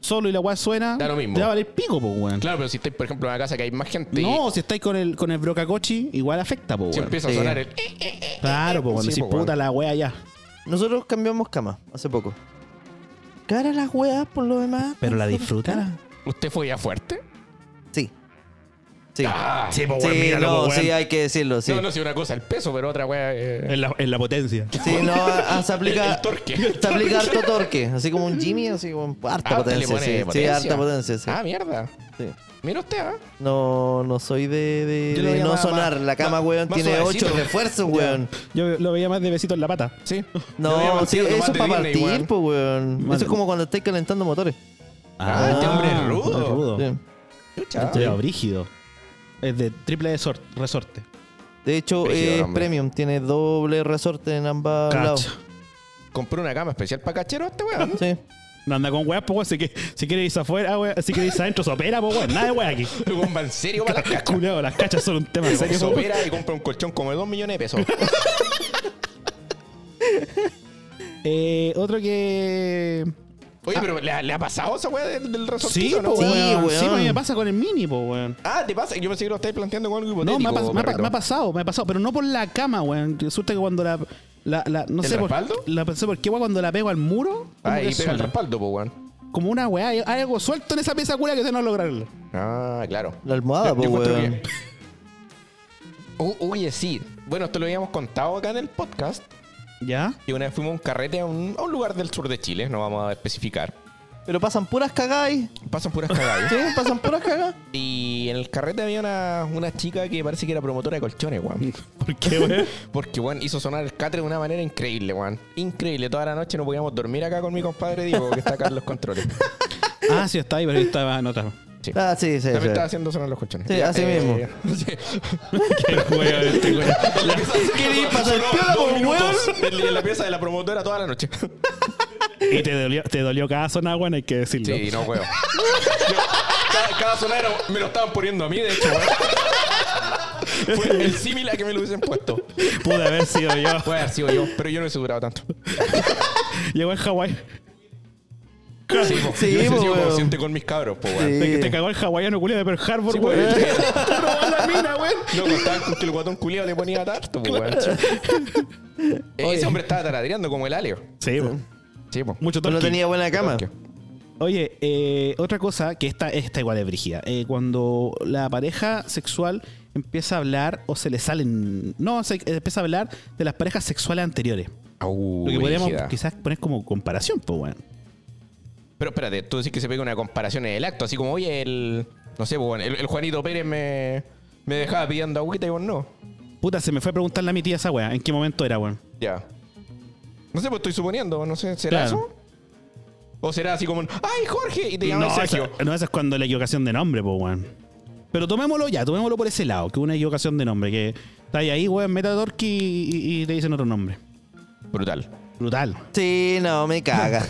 solo y la weá suena, Da lo mismo. te va a valer pico, po, weón. Claro, pero si estáis, por ejemplo, en una casa que hay más gente No, y si estáis con el, con el brocacochi, igual afecta, po, si weón. empieza sí. a sonar el... "Eh", Claro, po, cuando Sí, decís po, weón. puta la weá ya. Nosotros cambiamos cama hace poco. Cara las weas por lo demás. Pero la disfruta. ¿Usted fue ya fuerte? Sí. Sí. Ah, Sí, pues, sí, weón, míralo, no, pues, weón. sí, hay que decirlo, sí. No, no, si una cosa el peso, pero otra weá. eh, En la, en la potencia. Sí, no, ah, se aplica. El- el torque. Se aplica harto torque. Así como un Jimmy, así como harta Ah, usted le potencia, pone sí. Sí, potencia. harta potencia, sí. Ah, mierda. sí. Mira usted, ¿ah? No, no soy de, de- Yo lo de veía no más- sonar. más- la cama, más- weón, más tiene suavecito. 8 refuerzos, weón. Yo lo veía más de besito en la pata. Sí. Yo veía No, más sí, tierno, eso más es de para Disney, partir, weón. pues, weón. Eso Mal. es como cuando estáis calentando motores. Ah, este hombre es rudo. Sí. Chucha. Ya, Este brígido. Es de triple resort- resorte. De hecho, Brígido, es hombre. premium, tiene doble resorte en ambos Cacha. lados. Compré una cama especial para cachero este weón. Sí. No anda con weas, pues weón. Si, que- si quiere irse afuera, weón. Si quiere irse adentro, sopera, pues weón. Nada de weón aquí. El weón va en serio para las cachas. Culeado, las cachas son un tema Se serio. weón. opera y compra un colchón como de 2 millones de pesos. Eh, otro que. Oye, pero ¿le ha, le ha pasado esa weá del, del Sí, resortito, po, no? weón. Sí, pues, weón. a mí me pasa con el mini, pues weón. Ah, te pasa. Yo pensé que lo estáis planteando con algo No, hipotético. me ha, pas- me ha pa- perrito. me ha pasado, me ha pasado, pero no por la cama, weón. Resulta que cuando la. la- la- no ¿El sé por, respaldo? la pensé por qué, weón, cuando la pego al muro. como que Ah, y pega el suena. respaldo, pues, weón. Como una weá, hay hay algo suelto en esa pieza culia que se no lograrlo. Ah, claro. La almohada, Yo- yo pues, encuentro weón. que- O- Oye, sí. Bueno, esto lo habíamos contado acá en el podcast. ¿Ya? Y una vez fuimos a un carrete a un, a un lugar del sur de Chile, no vamos a especificar. Pero pasan puras cagáis. Pasan puras cagadas. Sí, pasan puras cagas. Y en el carrete había una, una chica que parece que era promotora de colchones, weón. ¿Por qué, weón? Porque, weón, hizo sonar el catre de una manera increíble, weón. Increíble. Toda la noche no podíamos dormir acá con mi compadre Diego, que está acá en los controles. ah, sí, está ahí, pero yo estaba en otra. Sí. Ah, sí, sí. También sí. estaba haciendo sonar los colchones. Sí, Ya, eh, así sí. Qué weón este weón. La pieza ¿Queréis pasar sonó piola, dos po, minutos en, en la pieza de la promotora toda la noche. Y te dolió, te dolió cada zona, weón, hay que decirlo. Sí, no, weón. cada, cada sonero me lo estaban poniendo a mí, de hecho, weón. Fue el símil a que me lo hubiesen puesto. Pude haber sido yo. Puede haber sido yo, pero yo no hubiese durado tanto. Llegó en Hawái. Sí, po. Sí, yo hubiese po, sido weón. consciente con mis cabros, po, weón. Sí. Te, te cagó el hawaiano culiado de Pearl Harbor, Sí, pues, eh. weón. po, weón. Te robó la mina, weón. No contaban con que el guatón culiado le ponía tarto, po, weón. Ese hombre estaba taradeando como el alio. Sí, weón. Sí, pues. po. Mucho Pero no torque. Pues tenía buena cama. Oye, eh, otra cosa que esta, esta igual es brígida. Eh, cuando la pareja sexual empieza a hablar o se le salen. No, se eh, empieza a hablar de las parejas sexuales anteriores. Au, Lo que podríamos brígida. quizás poner como comparación, pues, weón. Pero espérate, tú decís que se pega una comparación en el acto, así como, oye, el. No sé, pues, el, el Juanito Pérez me, me dejaba pidiendo agüita y vos no. Puta, se me fue a preguntarle a mi tía esa weá. ¿En qué momento era, weón? Ya. No sé, pues estoy suponiendo, no sé, ¿será Claro. eso? ¿O será así como, un, ay, Jorge, y te llamas no, Sergio? Esa, no, esa es cuando la equivocación de nombre, pues, weón. Pero tomémoslo ya, tomémoslo por ese lado, que una equivocación de nombre, que está ahí, ahí, weón, meta Dorky y, y- y te dicen otro nombre. Brutal. Brutal. Sí, no, me caga.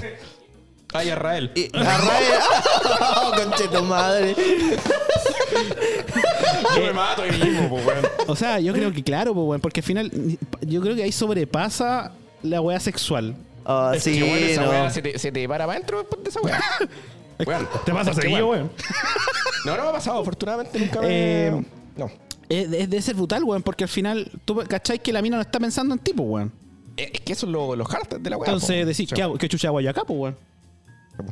Ay, Arrael. Y arrae. ¡Oh, concheto madre! Yo me mato ahí mismo, pues, weón. O sea, yo creo que claro, pues, weón, porque al final ni- yo creo que ahí sobrepasa la weá sexual. Ah, Oh, Es que, sí, weón, esa weá no. se te, se te para para adentro después de esa weá. Weón, Te pasa es que, seguido, weón. No, no me ha pasado, afortunadamente nunca me. Eh, No. Es, es- debe ser brutal, weón, porque al final tú cacháis que la mina no está pensando en ti, pues, weón. Eh, Es es que eso es lo, los hardtas de la weá. Entonces po. decís, Sí. ¿qué, hago? ¿Qué chucha hago yo acá, pues, weón?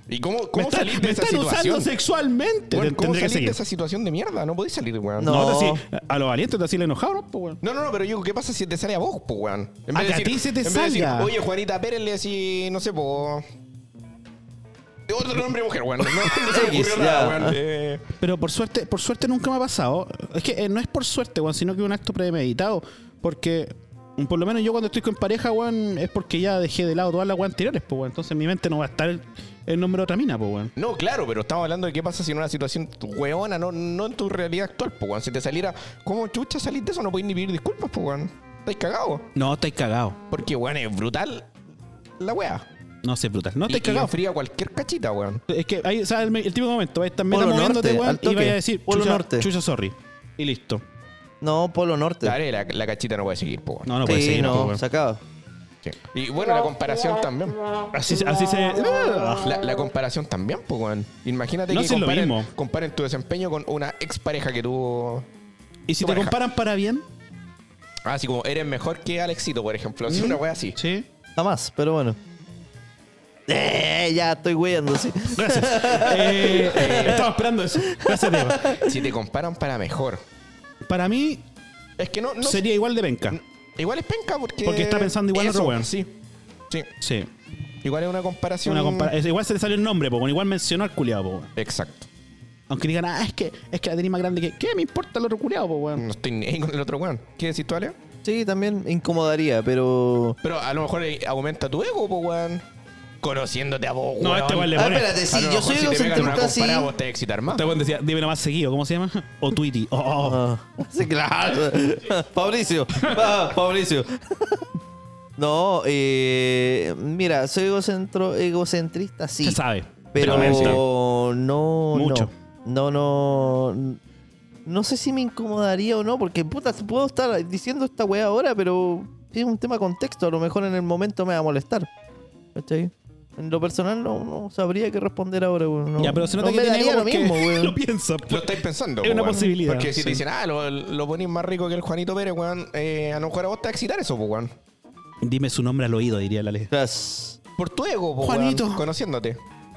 ¿Y cómo, Me cómo están, salir me de esa están usando situación? sexualmente. Weón, Te- tendría ¿Cómo que salir de seguir. esa situación de mierda? No podés salir, weón. No. No. No, te decís, a los valientes te así le enojado, ¿no? Pues, weón. No, no, pero yo, ¿qué pasa si te sale a vos, po, weón? En Ah, que a ti se te en vez de decir, salga. Oye, Juanita Pérez le decís, no sé, po. de Otro nombre de mujer, weón. No, no se me X, ocurrió nada, ya. weón. Eh, Pero por suerte, por suerte nunca me ha pasado. Es que eh, no es por suerte, weón, sino que es un acto premeditado. Porque, mm, por lo menos yo cuando estoy con pareja, weón, es porque ya dejé de lado todas las weas anteriores, pues, weón. Entonces en mi mente no va a estar el, el nombre de otra mina, pues, weón. No, claro, pero estamos hablando de qué pasa si en una situación weona, no, no en tu realidad actual, po, weón. Si te saliera, ¿cómo chucha salís de eso? No podés ni pedir disculpas, po, weón. Estáis cagado. No, estáis cagado. Porque, weón, es brutal la wea. No sé, brutal. No Y, estáis y cagado. fría cualquier cachita, weón. Es que ahí, o sea, el, el típico momento, vais a estar meta Polo moviéndote, Norte, weón, al y toque. vais a decir, Polo chucha, Norte. chucha, sorry. Y listo. No, Polo Norte. Dale, la, la cachita no puede seguir, po, weón. No, no puede sí, seguir, pues, no, weón. sacado. Sí. Y bueno, la comparación también. Así, se- así se. La, la comparación también, pues, weón. Imagínate No, que si es lo comparen, mismo. comparen tu desempeño con una expareja que tuvo. Y si Tu te pareja. comparan para bien, Ah, así como eres mejor que Alexito, por ejemplo. Así una wea así. Mm. sí. Jamás, pero bueno. Eh, ya estoy weyando, sí. Gracias. Eh, estaba esperando eso. Gracias, Diego. Si te comparan para mejor. Para mí Es que no. no- sería igual de penca. Igual es penca porque. Porque está pensando igual Eso, otro weón. Sí. Sí. Sí. Igual es una comparación. Una compara- es- igual se le salió el nombre, po, bueno, igual mencionó al culiado, po, bueno. Exacto. Aunque digan, ah, es que, es que la tenía más grande que. ¿Qué me importa el otro culiado, po, weón? No estoy ni ahí con el otro weón. ¿Qué decís tú, Ale? Sí, también incomodaría, pero. Pero a lo mejor eh, aumenta tu ego, po, weón. Conociéndote a vos, No, weón. este weón le Ah, pone. espérate, sí, A lo yo mejor soy si te pegan una egocentrista, sí. comparada, vos te vas a excitar más. Este weón decía, dímelo más seguido, ¿cómo se llama? O Tweety. Oh, oh, oh. Ah, sí, claro. Fabricio. Ah, Fabricio. No, eh, mira, soy egocentro, egocentrista, sí. Se sabe. Pero Claramente. no, no. Mucho. No, no. No sé si me incomodaría o no, porque puta, puedo estar diciendo esta weá ahora, pero es un tema de contexto. A lo mejor en el momento me va a molestar. ¿Cachai? En lo personal no, no sabría qué responder ahora, weón. No, ya, pero se nota no que me tiene daría ego lo porque mismo, weón. lo piensa. Lo estáis pensando. Es po, una weón. posibilidad, Porque si sí. te dicen, ah, lo, lo ponís más rico que el Juanito Pérez, weón. eh, a lo mejor a vos te va a excitar eso, po, weón. Dime su nombre al oído, diría la ley. Tras- Por tu ego, po, Juanito. weón. Conociéndote.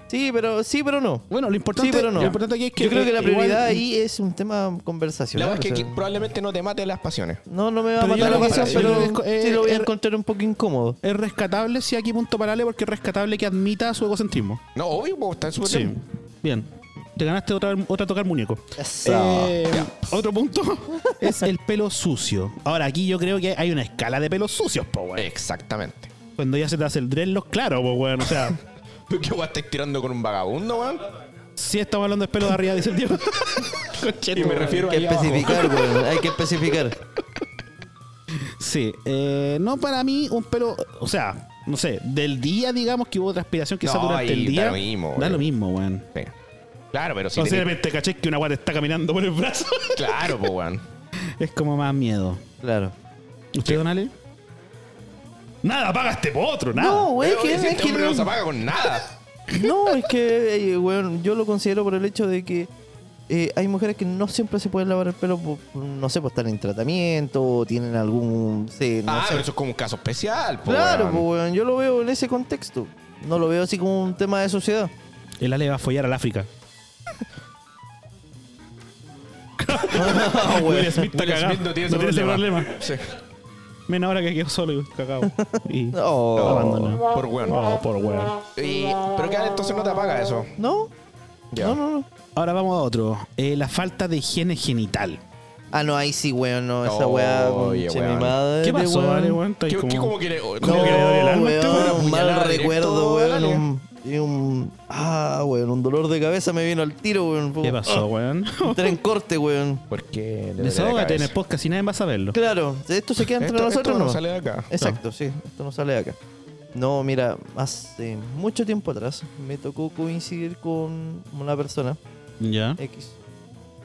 Sí, pero sí, pero no. Bueno, lo importante, sí, pero no. lo importante aquí es que. Yo creo que la igual- prioridad ahí es un tema conversacional. La verdad es que o sea, aquí probablemente no te mate las pasiones. no, no me va a Pero yo matar la creo que pasión, sí, yo pero creo que es- sí lo voy a er- encontrar un poco incómodo. Es rescatable, sí, aquí punto parale, porque es rescatable que admita su egocentrismo. No, obvio, po, está súper Sí. bien. Bien. Te ganaste otra, otra tocar muñeco. Eso. Eh, otro punto es el pelo sucio. Ahora, aquí yo creo que hay una escala de pelos sucios, po, weón. Exactamente. Cuando ya se te hace el dreadlock, claro, po, weón. O sea, ¿Tú qué weón estás tirando con un vagabundo, weón? sí estamos hablando de pelo de arriba, dice el Diego. Conchetu, Y me weón. refiero a. Hay que especificar, weón. Hay que especificar. Sí, eh, no para mí un pelo, o sea, no sé, del día, digamos que hubo transpiración quizá No, durante ahí el día. da lo mismo, Da weón. lo mismo, weón. Sí. Claro, pero si o sea, de tenés- repente caché que una guata está caminando por el brazo. Claro, po, weón. es como más miedo. Claro. ¿Usted, don Ale? Nada, pagaste por otro, nada. No, güey, Pero que- ese es que hombre no se no, apaga con nada. no, es que, eh, weón, yo lo considero por el hecho de que eh, hay mujeres que no siempre se pueden lavar el pelo, por- por, no sé, por estar en tratamiento, o tienen algún... sí, no ah, sé. pero eso es como un caso especial, po, Claro, weón. pues, weón, yo lo veo en ese contexto. No lo veo así como un tema de sociedad. El Ale va a follar al África. Ah, weón. Will Smith está Will Smith cagado. no no tiene tiene ese ese problema. problema. Sí. Menos ahora que quedó solo y cagado. Y Oh. abandonado. Por weón. Oh, por weón. Y- pero que Ale, entonces no te apaga eso. ¿No? Ya. No, no, no. Ahora vamos a otro. Eh, la falta de higiene genital. Ah, no, ahí sí, weón, no, esa Oye, weá. Oye, mi weón. madre. ¿Qué pasó, Ale, weón? ¿Qué, Estáis qué como- como que le, como ¿Cómo No, que que le duele el alma a este weón, weón? un mal Puñalada directo, recuerdo, weón. dale. Un, y un. Ah, weón, un dolor de cabeza me vino al tiro, weón. ¿Qué pasó, weón? Un tren corte, weón. Porque le Desahógate en el podcast y nadie va a saberlo. Claro, esto se queda entre Esto, nosotros, esto no ¿no? sale de acá. Exacto, sí, esto no sale de acá. No, mira, hace mucho tiempo atrás me tocó coincidir con una persona Ya. X.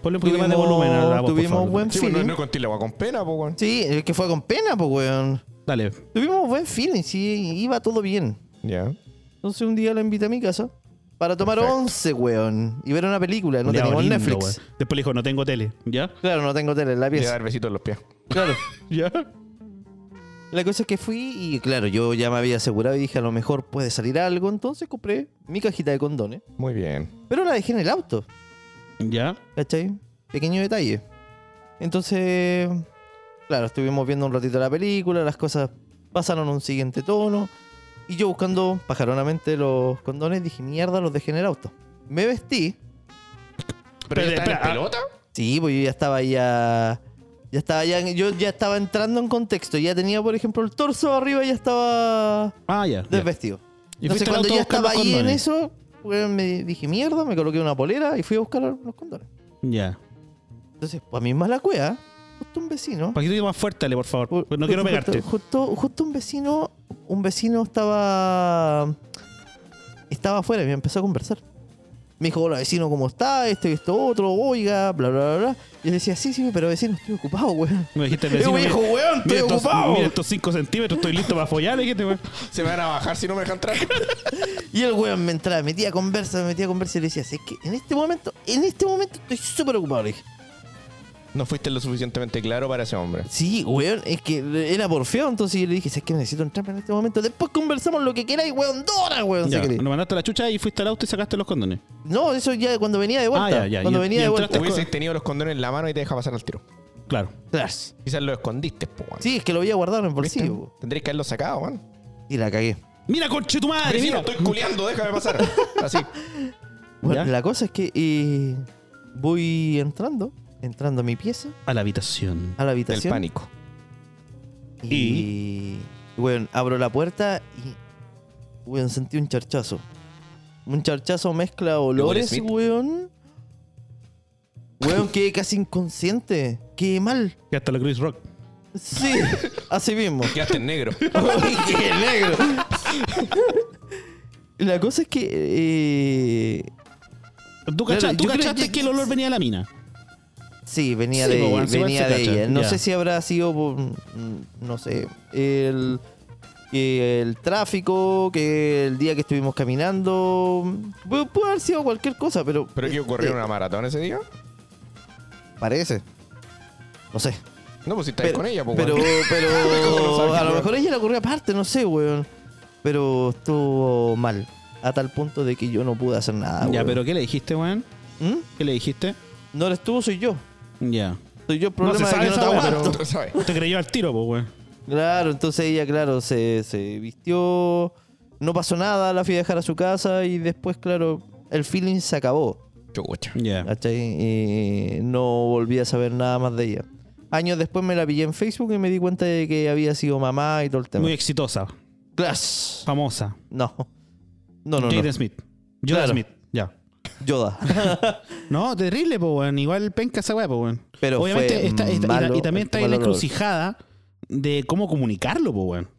Ponle un poquito más de volumen a la voz, por eh, tuvimos favor. buen Sí, feeling. bueno, no es contigo, agua con pena, po, weón. Sí, el que fue con pena, pues, weón. Dale. Tuvimos buen feeling, sí, iba todo bien. Ya. Entonces un día la invité a mi casa para tomar Perfecto. once, weón, y ver una película. No Culeado teníamos lindo, Netflix. weón. Después le dijo, no tengo tele. ¿Ya? Claro, no tengo tele en la Le voy a pieza. dar besitos en los pies. Claro. ¿Ya? La cosa es que fui y, claro, yo ya me había asegurado y dije, a lo mejor puede salir algo. Entonces compré mi cajita de condones, Muy bien. pero la dejé en el auto. ¿Ya? ¿Cachai? Pequeño detalle. Entonces, claro, estuvimos viendo un ratito la película, las cosas pasaron a un siguiente tono. Y yo buscando pajaronamente los condones, dije, mierda, los dejé en el auto. Me vestí. Espera, ¿Pero ya está en espera, ah. pelota? Sí, pues yo ya estaba ya... Ya estaba ya... Yo ya estaba entrando en contexto. Ya tenía, por ejemplo, el torso arriba ya estaba Ah, ya. ya. desvestido. Y Entonces fuiste al cuando auto a ya buscar estaba los ahí en condones. eso, pues, me dije, mierda, me coloqué una polera y fui a buscar los condones. Ya. Entonces, pues, a mí más la cueva, justo un vecino... Paquito, más fuerte, Ale, por favor. pues No Ju- quiero justo- pegarte. Justo, justo un vecino, un vecino estaba estaba afuera y me empezó a conversar. Me dijo, hola vecino, ¿cómo está? Esto y esto otro, oiga, bla bla bla bla. Y yo decía, sí, sí, pero vecino, estoy ocupado, weón. Me dijiste, Y vecino, me dijo, mira- weón, estoy mira estos- ocupado. Mira estos 5 centímetros, estoy listo para follar. ¿eh? ¿Qué te- Se me van a bajar si no me dejan entrar. Y el weón me entraba, me metía a conversa, me metía a conversa y le decía, es que en este momento, en este momento estoy súper ocupado, le dije. No fuiste lo suficientemente claro para ese hombre. Sí, weón, es que era porfeo, entonces yo le dije, ¿sabes que necesito entrar en este momento? Después conversamos lo que queráis, weón, dora, weón. si Ya, queréis. lo mandaste a la chucha y fuiste al auto y sacaste los condones. No, eso ya cuando venía de vuelta. Ah, ya, ya, Cuando y- venía y de entraste vuelta. con- Hubieses tenido los condones en la mano y te deja pasar al tiro. Claro. Tras. Quizás lo escondiste, po, weón. Sí, es que lo había guardado en el bolsillo. po. Tendrías que haberlo sacado, weón. Y la cagué. Mira, conche tu Ah, madre, Vecino, mira. estoy culeando, déjame pasar. Así. ¿Ya? Bueno, la cosa es que eh, voy entrando, entrando a mi pieza, A la habitación. a la Del habitación. pánico. Y, bueno, abro la puerta y, weón, sentí un charchazo. Un charchazo mezcla olores, Smith? weón. Weón, quedé casi inconsciente. Qué mal. Y hasta la Chris Rock. Sí, así mismo. Quedaste en negro. ¡Qué negro! La cosa es que. eh, ¿Tú, Claro, cacha- tú yo creo cachaste que- que el olor venía de la mina? sí, venía Sí, de, pues, bueno, sí, venía igual de se ella. cacha, No ya. sé si habrá sido. por, mm, No sé. El, que el tráfico, que el día que estuvimos caminando. mm, Pu- Puede haber sido cualquier cosa, pero. eh, ¿Pero que ocurrió una maratón ese día? Parece. No sé. No, pues si estáis con ella, po, weón. pero, ¿Cómo no pero sabes, a lo weón? mejor a ella le ocurrió aparte, no sé, weón. Pero estuvo mal. A tal punto de que yo no pude hacer nada, ya, Ah, weón. pero ¿qué le dijiste, weón? ¿Mm? ¿Qué le dijiste? No eres tú, soy yo. Ya. Soy yo el problema se de sabe que no esa te weá, aguanto. Tú sabes. Te creyó al tiro, pues, weón. Claro, entonces ella, claro, se, se vistió. No pasó nada, la fui a dejar a su casa y después, claro, el feeling se acabó. Chucha. Ya. ¿Cachai? Y no volví a saber nada más de ella. Años después me la pillé en Facebook y me di cuenta de que había sido mamá y todo el tema. Muy exitosa. Class. Famosa. No. No, no, Jaden no. Smith. Judas Claro. Smith. Ya. Yoda. No, terrible, pues, weón. Igual penca esa weá, pues, weón. Pero Obviamente, fue está- está- y malo, ta- y, también está en la malo olor. encrucijada de cómo comunicarlo, pues, weón.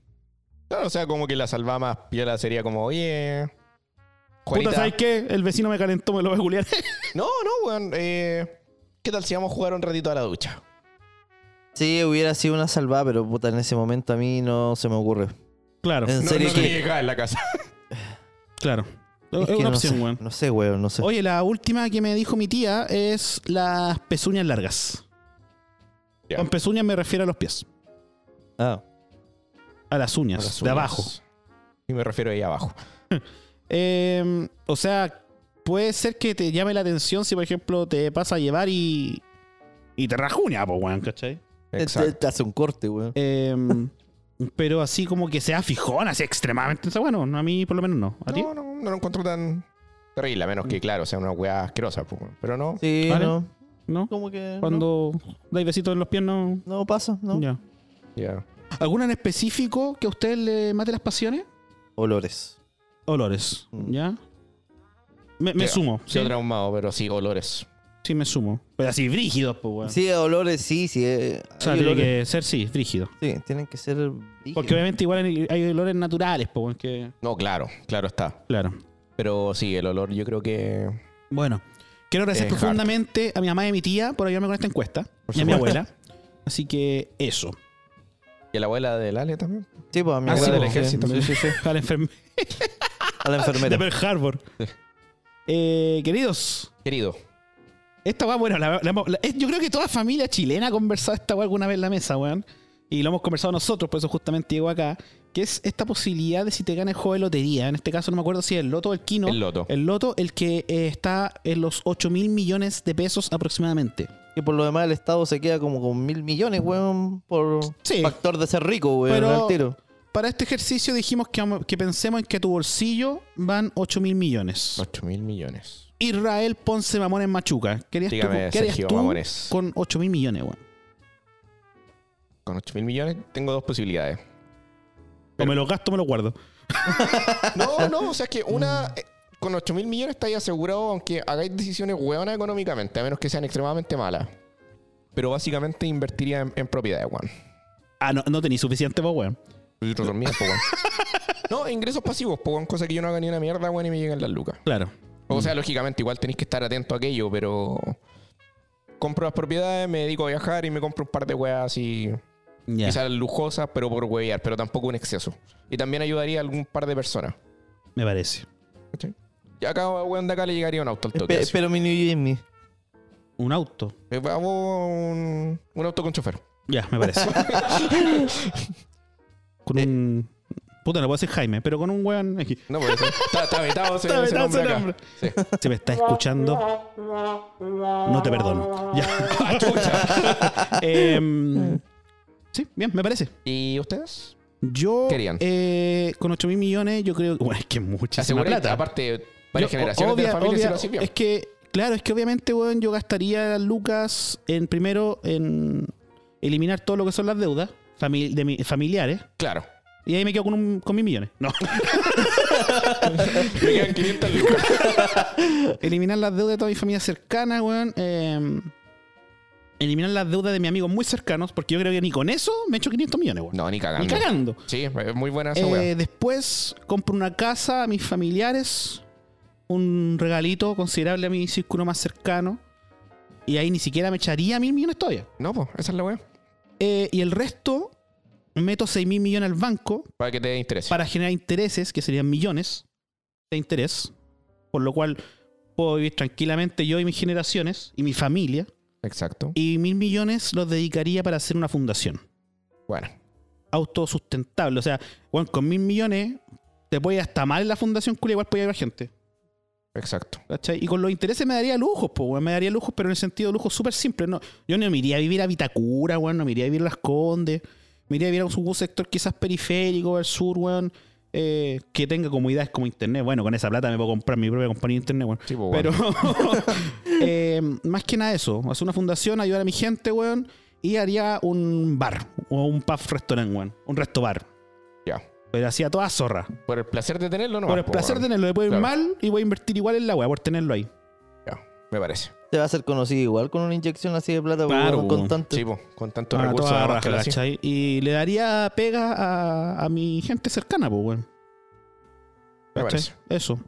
Claro, o sea, como que la salvaba más piola sería como, oye. Juanita. Puta, ¿sabes qué? El vecino me calentó, me lo voy a culiar. No, no, weón. eh, ¿Qué tal si vamos a jugar un ratito a la ducha? Sí, hubiera sido una salvada, pero puta, en ese momento a mí no se me ocurre. claro, En serio que. llegaba en la casa. claro. Es Es, que una no opción, sé, weón. No sé, weón, no sé. Oye, la última que me dijo mi tía es las pezuñas largas. Ya. Con pezuñas me refiero a los pies. Ah, A las uñas, de abajo. Y me refiero ahí abajo. Eh, o sea, puede ser que te llame la atención si, por ejemplo, te pasa a llevar y, y te rajuña, pues, weón, ¿cachai? te, Exacto. te hace un corte, weón. Eh, pero así como que sea fijón, así extremadamente. o sea, bueno, no, a mí por lo menos no. ¿A ti? Mm. No, no, no lo encuentro tan terrible, a menos que, claro, sea una weá asquerosa, po, weón. pero no. Sí, Vale. no. ¿No? Como que. Cuando dais besitos en los pies, no. No, no pasa, ¿no? Ya. Ya. ¿Alguna en específico que a usted le mate las pasiones? Olores. Olores. Mm. ¿Ya? Me, me Ya. sumo. Sí, Sí, traumado, pero sí, olores. Sí, me sumo. Pero así, brígidos, pues, weón. Sí, olores, sí, sí. eh, O sea, hay tiene olores. que ser, sí, brígido. Sí, tienen que ser. brígidos. Porque obviamente igual hay- hay olores naturales, pues, weón, que... No, claro, claro está. Claro. Pero sí, el olor yo creo que... Bueno, quiero agradecer Es hard. profundamente a mi mamá y a mi tía por ayudarme con esta encuesta. Por Y a mi supuesto. abuela. Así que eso. ¿Y a la abuela del Ale también? Sí, pues a mi Ah, sí, abuela, del sí, ejército. sí, sí, sí. A la enfermera. A la De enfermera. Pearl Harbor. Eh, queridos, Querido. esta weá, bueno, la- la hemos- la- es- yo creo que toda familia chilena ha conversado esta weá alguna vez en la mesa, weón. Y lo hemos conversado nosotros, por eso justamente llego acá. Que es esta posibilidad de si te ganas el juego de lotería. En este caso no me acuerdo si es el loto o el quino. El loto. El loto, el que eh, está en los 8 mil millones de pesos aproximadamente. Y por lo demás, el Estado se queda como con mil millones, weón, por Sí. factor de ser rico, weón, Pero- al tiro. Para este ejercicio dijimos que, vamos- que pensemos en que a tu bolsillo van 8 mil millones. 8 mil millones. Israel Ponce Mamones Machuca. ¿Qué harías Dígame, tú, qué harías Sergio tú Mamones. con 8 mil millones, weón? Con 8 mil millones tengo dos posibilidades. O me los gasto o me los guardo. No, no, o sea, es que una... Mm. eh, Con 8 mil millones estáis asegurado, aunque hagáis decisiones hueonas económicamente, a menos que sean extremadamente malas. Pero básicamente invertiría en, en propiedades, weón. Ah, no, no tenéis suficiente, pues, weón. Yo dormía, po, weón. No, ingresos pasivos, po, weón, cosa que yo no haga ni una mierda, weón, y me llegan las lucas. Claro. O sea, lógicamente, igual tenéis que estar atento a aquello, pero. Compro las propiedades, me dedico a viajar y me compro un par de weas así. Ya. Quizás lujosas, pero por huevear, pero tampoco un exceso. Y también ayudaría a algún par de personas. Me parece. ¿Cachai? Y acá, weón, de acá le llegaría un auto al toque. Pe- así. pero mi New Jimmy. Un auto. Eh, Vamos un, un auto con chofer. Ya, me parece. con Eh. un. Puta, no puedo decir Jaime, pero con un weón aquí. No, por eso. Está, está vetado ese, Está ese vetado ese nombre acá. nombre. Sí. Si me está escuchando, no te perdono. Ya. Ah, chucha. Em, sí, bien, me parece. ¿Y ustedes? Yo, Querían. eh, con 8 mil millones, yo creo. Bueno, es que es muchísima Aseguran, plata. Aparte, varias Yo, generaciones de obvia- la familia se obvia- lo sirvió. Es que, claro, es que obviamente, weón, yo gastaría las lucas en primero en eliminar todo lo que son las deudas fami- de mi- familiares. Claro. Y ahí me quedo con, un, con mis millones. No. Me quedan 500 lucas. eliminar las deudas de toda mi familia cercana, weón. eh, eliminar las deudas de mis amigos muy cercanos, porque yo creo que ni con eso me echo 500 millones, weón. No, ni cagando. ni cagando. Sí, es muy buena esa Eh, weá. después compro una casa a mis familiares, un regalito considerable a mi círculo más cercano. Y ahí ni siquiera me echaría mil millones todavía. No, pues, esa es la weá. Eh, y el resto, meto seis mil millones al banco Para que te interese. para generar intereses, que serían millones de interés. Por lo cual puedo vivir tranquilamente yo y mis generaciones y mi familia. Exacto. Y mil millones los dedicaría para hacer una fundación Bueno. autosustentable. O sea, weón, con mil millones te puede ir hasta mal en la fundación culia, igual puede llevar gente. Exacto. ¿cachai? Y con los intereses me daría lujos, pues, weón. Me daría lujos, pero en el sentido de lujos súper simple. No, yo no me iría a vivir a Vitacura, weón. No me iría a vivir a Las Condes. Me iría a vivir a un sector quizás periférico, al sur, weón. eh, que tenga comodidades como internet. Bueno, con esa plata me puedo comprar mi propia compañía de internet, weón. Sí, pues, Pero bueno. eh, más que nada eso, hacer una fundación, ayudar a mi gente, weón, y haría un bar o un pub restaurant, weón, un resto bar. Ya. Pero hacía toda zorra. Por el placer de tenerlo, no. por el placer de tenerlo, le puede ir Claro. mal y voy a invertir igual en la weá por tenerlo ahí. Ya, me parece. Te va a ser conocido igual con una inyección así de plata Claro, weón, po. constante. Sí, pues, con tantos Ah, recursos. toda además que raja, la- sí. ¿cachai? Y le daría pega a, a mi gente cercana, pues, weón. Me ¿Cachai? parece. Eso. No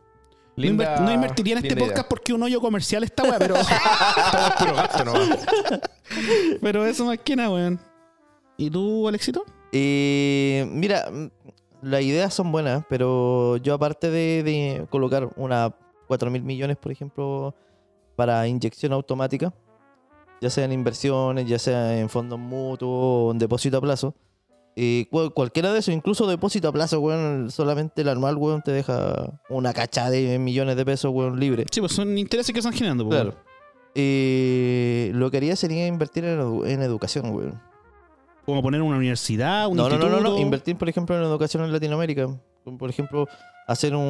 Linda- inver- no, invertiría en este linda idea. podcast porque un hoyo comercial está, weón, pero, Todo es Ah, puro gasto, ¿no? pero eso más que nada, weón. ¿Y tú, Alexito? Eh, mira, mm, las ideas son buenas, pero yo aparte de, de colocar unas 4 mil millones, por ejemplo, para inyección automática, ya sea en inversiones, ya sea en fondos mutuos o en depósito a plazo, eh, cual- cualquiera de esos, incluso depósito a plazo, weón, solamente el anual, weón, te deja una cachada de millones de pesos, weón, libre. Sí, pues son intereses que están generando, pues. Claro. Eh, lo que haría sería invertir en, edu- en educación, weón. Como poner una universidad, un No, no, no, instituto. no, no. Invertir, por ejemplo, en educación en Latinoamérica. Por ejemplo, hacer un-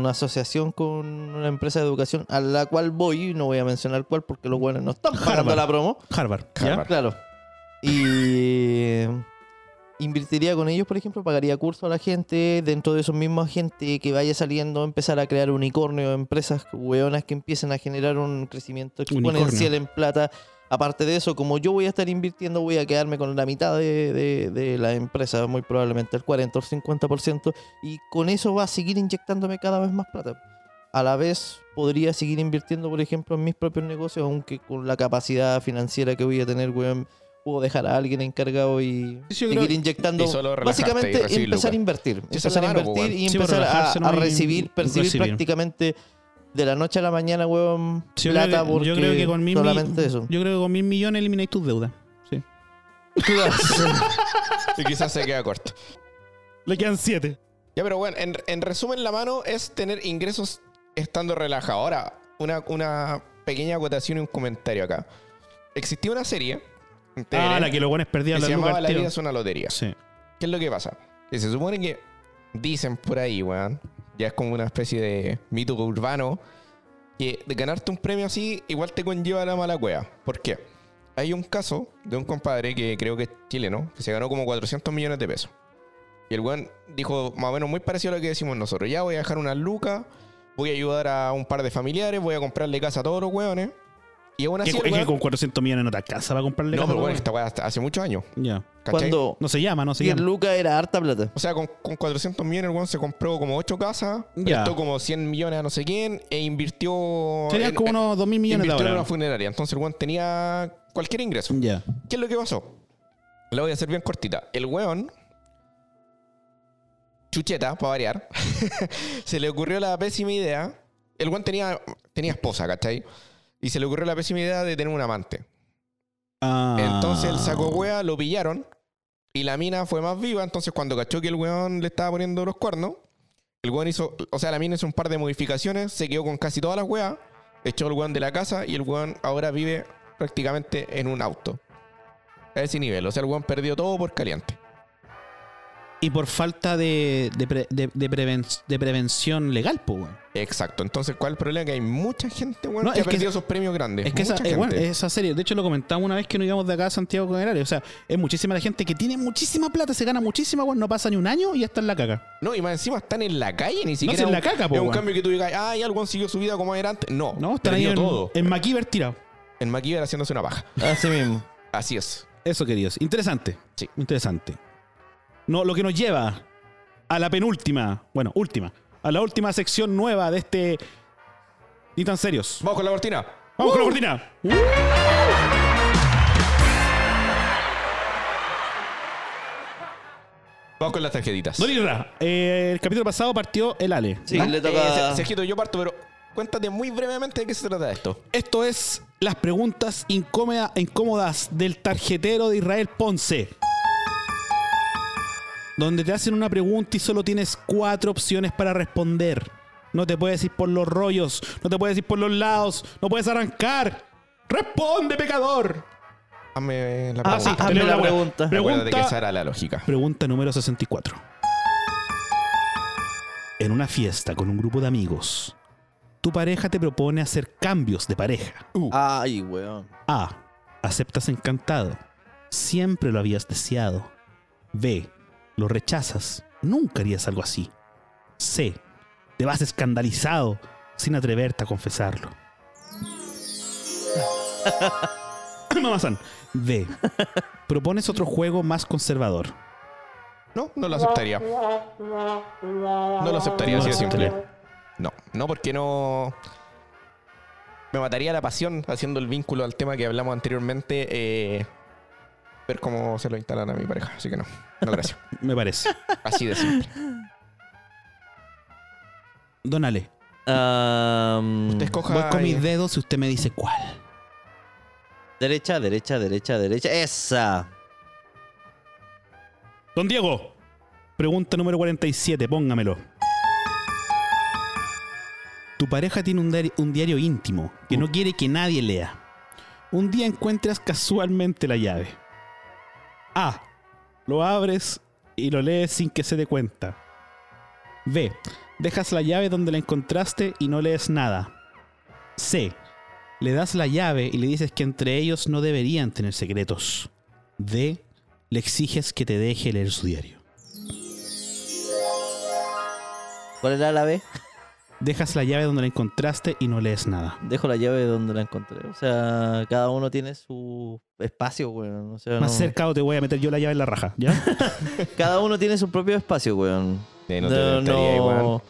una asociación con una empresa de educación a la cual voy, y no voy a mencionar cuál porque Mm. los buenos no están pagando Harvard. la promo. Harvard. ¿ya? Harvard. Claro. Y invertiría con ellos, por ejemplo, pagaría cursos a la gente, dentro de esos mismos gente que vaya saliendo, empezar a crear unicornio, empresas hueonas que empiecen a generar un crecimiento Unicornio. exponencial en plata. Aparte de eso, como yo voy a estar invirtiendo, voy a quedarme con la mitad de, de- de la empresa, muy probablemente el 40 o el 50%, y con eso va a seguir inyectándome cada vez más plata a la vez podría seguir invirtiendo, por ejemplo, en mis propios negocios, aunque con la capacidad financiera que voy a tener, weón, puedo dejar a alguien encargado y Sí, yo creo- seguir inyectando. y solo relajarte y Básicamente, recibir empezar lucas. a invertir. Sí, esa es Empezar a la mano, po, invertir weón. y Sí, pues, empezar a, relajarse nomás a y- recibir, y percibir recibir. prácticamente de la noche a la mañana, weón, Sí, yo creo plata, que- porque yo creo que con mil mi- solamente eso. Yo creo que con mil millones elimináis tus deudas. Sí. Y quizás se queda corto. Le quedan siete. Ya, pero bueno, en, en resumen, la mano es tener ingresos estando relajado. Ahora, una, una pequeña acotación y un comentario acá. Existía una serie en Ah, TVN, la que los buenos que perdían la se luca llamaba al La tiro. vida es una lotería. Sí. ¿Qué es lo que pasa? Que se supone que dicen por ahí, weón, ya es como una especie de mito urbano, que de ganarte un premio así igual te conlleva la mala cueva. ¿Por qué? Hay un caso de un compadre que creo que es chileno, que se ganó como 400 millones de pesos. Y el weón dijo más o menos muy parecido a lo que decimos nosotros. Ya voy a dejar una luca, voy a ayudar a un par de familiares, voy a comprarle casa a todos los weones. Y aún Que- así... el es que weón- con 400 millones no te alcanza para comprarle No, casa, pero bueno, weón. esta weá hasta hace muchos años. Ya. ¿cachai? Cuando No se llama, no se 10 llama. lucas era harta plata. O sea, con, con 400 millones el weón se compró como 8 casas, Ya. prestó como 100 millones a no sé quién e invirtió. Serían en- como en- unos 2 mil millones de eh, invirtió en una dólares. funeraria. Entonces el weón tenía cualquier ingreso. Ya. ¿Qué es lo que pasó? La voy a hacer bien cortita. El weón, chucheta, para variar, se le ocurrió la pésima idea. El weón tenía, tenía esposa, ¿cachai? Y se le ocurrió la pésima idea de tener un amante. Ah. Entonces el saco wea lo pillaron y la mina fue más viva. Entonces cuando cachó que el weón le estaba poniendo los cuernos, el weón hizo, o sea, la mina hizo un par de modificaciones, se quedó con casi todas las weas, echó al weón de la casa y el weón ahora vive prácticamente en un auto. A ese nivel, o sea, el weón perdió todo por caliente. Y por falta de, de, pre- de- de preven- de prevención legal, pues, weón. Exacto, entonces, ¿cuál es el problema? Que hay mucha gente, weón, No, que ha es que- perdido esos premios grandes. Es que esa, Mucha eh, bueno, gente. esa serie, de hecho lo comentamos una vez que nos íbamos de acá a Santiago con el área. O sea, es muchísima la gente que tiene muchísima plata, se gana muchísima, weón, no pasa ni un año y ya está en la caga. No, y más encima están en la calle, ni siquiera. si en es la un- caca, po, Es un weón. cambio que tú digas, ah, ya el weón siguió su vida como era antes. No, No, están ahí perdió en, todo. en MacGyver tirado. En MacGyver haciéndose una paja. Así mismo. Así es. Eso, queridos. Interesante. Sí. Interesante. No, lo que nos lleva a la penúltima, bueno, última, a la última sección nueva de este Ni tan serios. Vamos con la cortina. Vamos con la cortina. Vamos con las tarjetitas. Don Irra, eh, el capítulo pasado partió el Ale. Sí, Ah, le toca. eh, Sergito, yo parto, pero cuéntate muy brevemente de qué se trata esto. Esto es las preguntas incómoda- incómodas del tarjetero de Israel Ponce. Donde te hacen una pregunta y solo tienes cuatro opciones para responder. No te puedes ir por los rollos, no te puedes ir por los lados, no puedes arrancar. ¡Responde, pecador! Hazme la Ah, sí, pregunta. hazme Tenemos la la buena. pregunta. Pre- Acuérdate que ah, pregunta- esa era la lógica. Pregunta número 64. En una fiesta con un grupo de amigos, tu pareja te propone hacer cambios de pareja. Uh. Ay, weón. A. Aceptas encantado. Siempre lo habías deseado. B. Lo rechazas. Nunca harías algo así. C. Te vas escandalizado sin atreverte a confesarlo. Mamazán. D. Propones otro juego más conservador. No, no lo aceptaría. No lo aceptaría, No así lo de simple. aceptaría. No, no, porque no. Me mataría la pasión haciendo el vínculo al tema que hablamos anteriormente. eh, ver cómo se lo instalan a mi pareja. Así que no, no, gracias. Me parece. Así de simple. Mm. Donale. Am, Usted escoja. Voy con y- mis dedos y usted me dice cuál. derecha, derecha, derecha, derecha. Esa. Don Diego. Pregunta número 47. Póngamelo. Tu pareja tiene un diario, un diario íntimo que no quiere que nadie lea. Un día encuentras casualmente la llave. A. Lo abres y lo lees sin que se dé cuenta. B. Dejas la llave donde la encontraste y no lees nada. C. Le das la llave y le dices que entre ellos no deberían tener secretos. D. Le exiges que te deje leer su diario. ¿Cuál era la B? Dejas la llave donde la encontraste y no lees nada. Dejo la llave donde la encontré. O sea, cada uno tiene su espacio, weón. O sea, no- Más cerca o te voy a meter yo la llave en la raja, ¿ya? Cada uno tiene su propio espacio, weón. Eh, No, no te tentaría igual. no,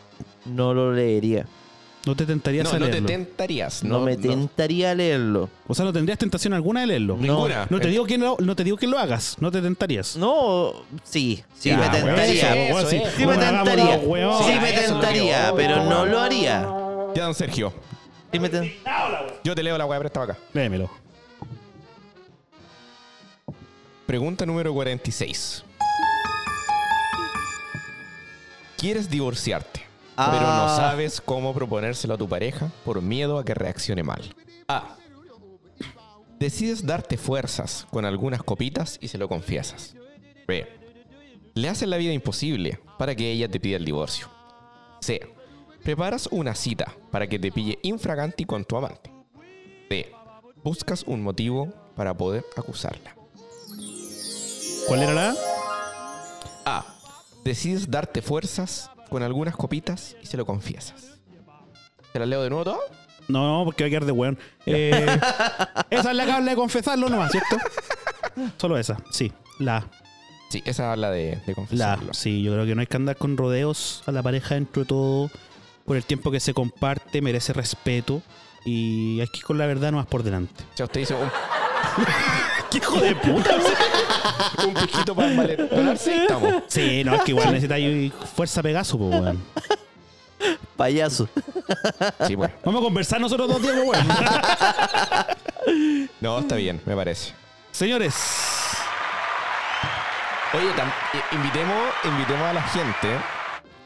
no lo leería. No te tentarías No, a no te leerlo. tentarías. No, No, me tentaría leerlo. o sea, no tendrías tentación alguna de leerlo. No. Ninguna. No eh. te digo que no, no te digo que lo hagas, no te tentarías. No, sí, sí Ya, me weón, tentaría. eh. sí, weón, eso es. Sí me Bueno, hagámoslo, tentaría. weón. Sí Ah, me eso es lo que tentaría, yo- pero no lo haría. Ya, don Sergio. Sí me ten- Yo te leo la weá, pero estaba acá. Léemelo. Pregunta número 46. ¿Quieres divorciarte? Pero Ah. no sabes cómo proponérselo a tu pareja por miedo a que reaccione mal. A. Decides darte fuerzas con algunas copitas y se lo confiesas. B. Le haces la vida imposible para que ella te pida el divorcio. C. Preparas una cita para que te pille infraganti con tu amante. D. Buscas un motivo para poder acusarla. ¿Cuál era la? A? A. Decides darte fuerzas con algunas copitas y se lo confiesas. ¿Te la leo de nuevo todo? No, porque va a quedar de weón. Eh, esa es la que habla de confesarlo nomás, ¿cierto? Solo esa, sí. La, A. Sí, esa habla de, de la, A. confesarlo. sí. Yo creo que no hay que andar con rodeos a la pareja dentro de todo. Por el tiempo que se comparte, merece respeto. Y hay que ir con la verdad nomás por delante. O sea, usted dice un, ¡Qué hijo de puta! un piquito para embalentonarse y estamos. Sí, no, es que igual necesitáis fuerza Pegaso, pues, weón. Payaso. Sí, pues. Vamos a conversar nosotros dos, Diego, weón. No, está bien, me parece. Señores, Oye, tam- eh, invitemos, invitemos a la gente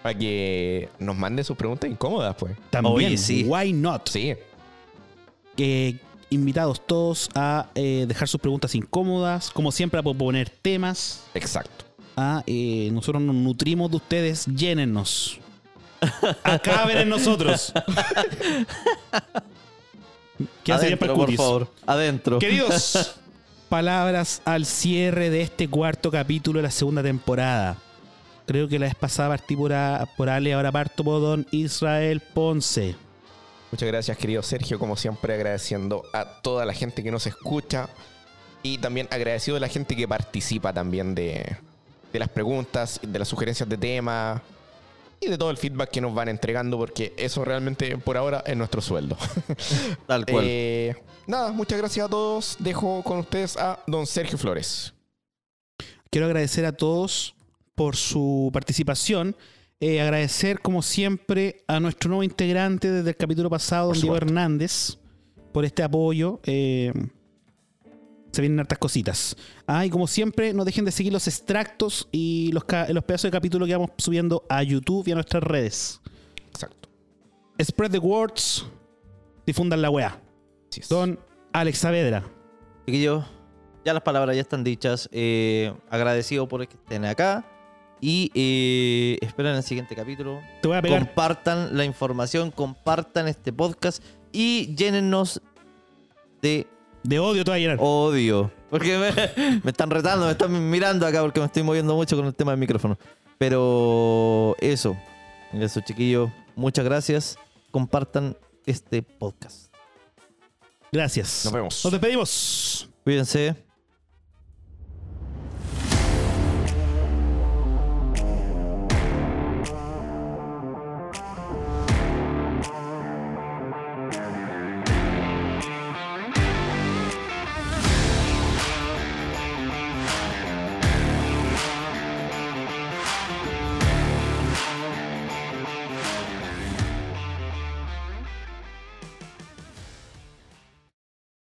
a que nos mande sus preguntas incómodas, pues. también, Oye, sí. why not? Sí. Eh, invitados todos a eh, dejar sus preguntas incómodas, como siempre a proponer temas. Exacto. a, eh, nosotros nos nutrimos de ustedes, llénennos. Acaben en nosotros. ¿Qué hace bien para Adentro, el por cutis? favor. Adentro. Queridos, palabras al cierre de este cuarto capítulo de la segunda temporada. Creo que la vez pasada partí por, a- por Ale, ahora parto por Don Israel Ponce. Muchas gracias, querido Sergio. Como siempre, agradeciendo a toda la gente que nos escucha y también agradecido a la gente que participa también de, de las preguntas, de las sugerencias de temas y de todo el feedback que nos van entregando, porque eso realmente por ahora es nuestro sueldo. Tal cual. Eh, nada, muchas gracias a todos. Dejo con ustedes a don Sergio Flores. Quiero agradecer a todos por su participación. Eh, agradecer, como siempre, a nuestro nuevo integrante desde el capítulo pasado, Por don Diego supuesto. Hernández, por este apoyo. Eh, se vienen hartas cositas. Ah, y como siempre, no dejen de seguir los extractos y los, ca- los pedazos de capítulo que vamos subiendo a YouTube y a nuestras redes. Exacto. Spread the words, difundan la weá. Así es. Don Alex Saavedra. Chiquillos, ya las palabras ya están dichas. eh, agradecido por que estén acá. Y eh, esperen el siguiente capítulo. Te voy a pegar Compartan la información, compartan este podcast y llénennos de de odio, te voy a Oh. llenar. odio. Porque me, me están retando, me están mirando acá porque me estoy moviendo mucho con el tema del micrófono. Pero eso, eso chiquillos, muchas gracias. Compartan este podcast. Gracias. Nos vemos. Nos despedimos. Cuídense.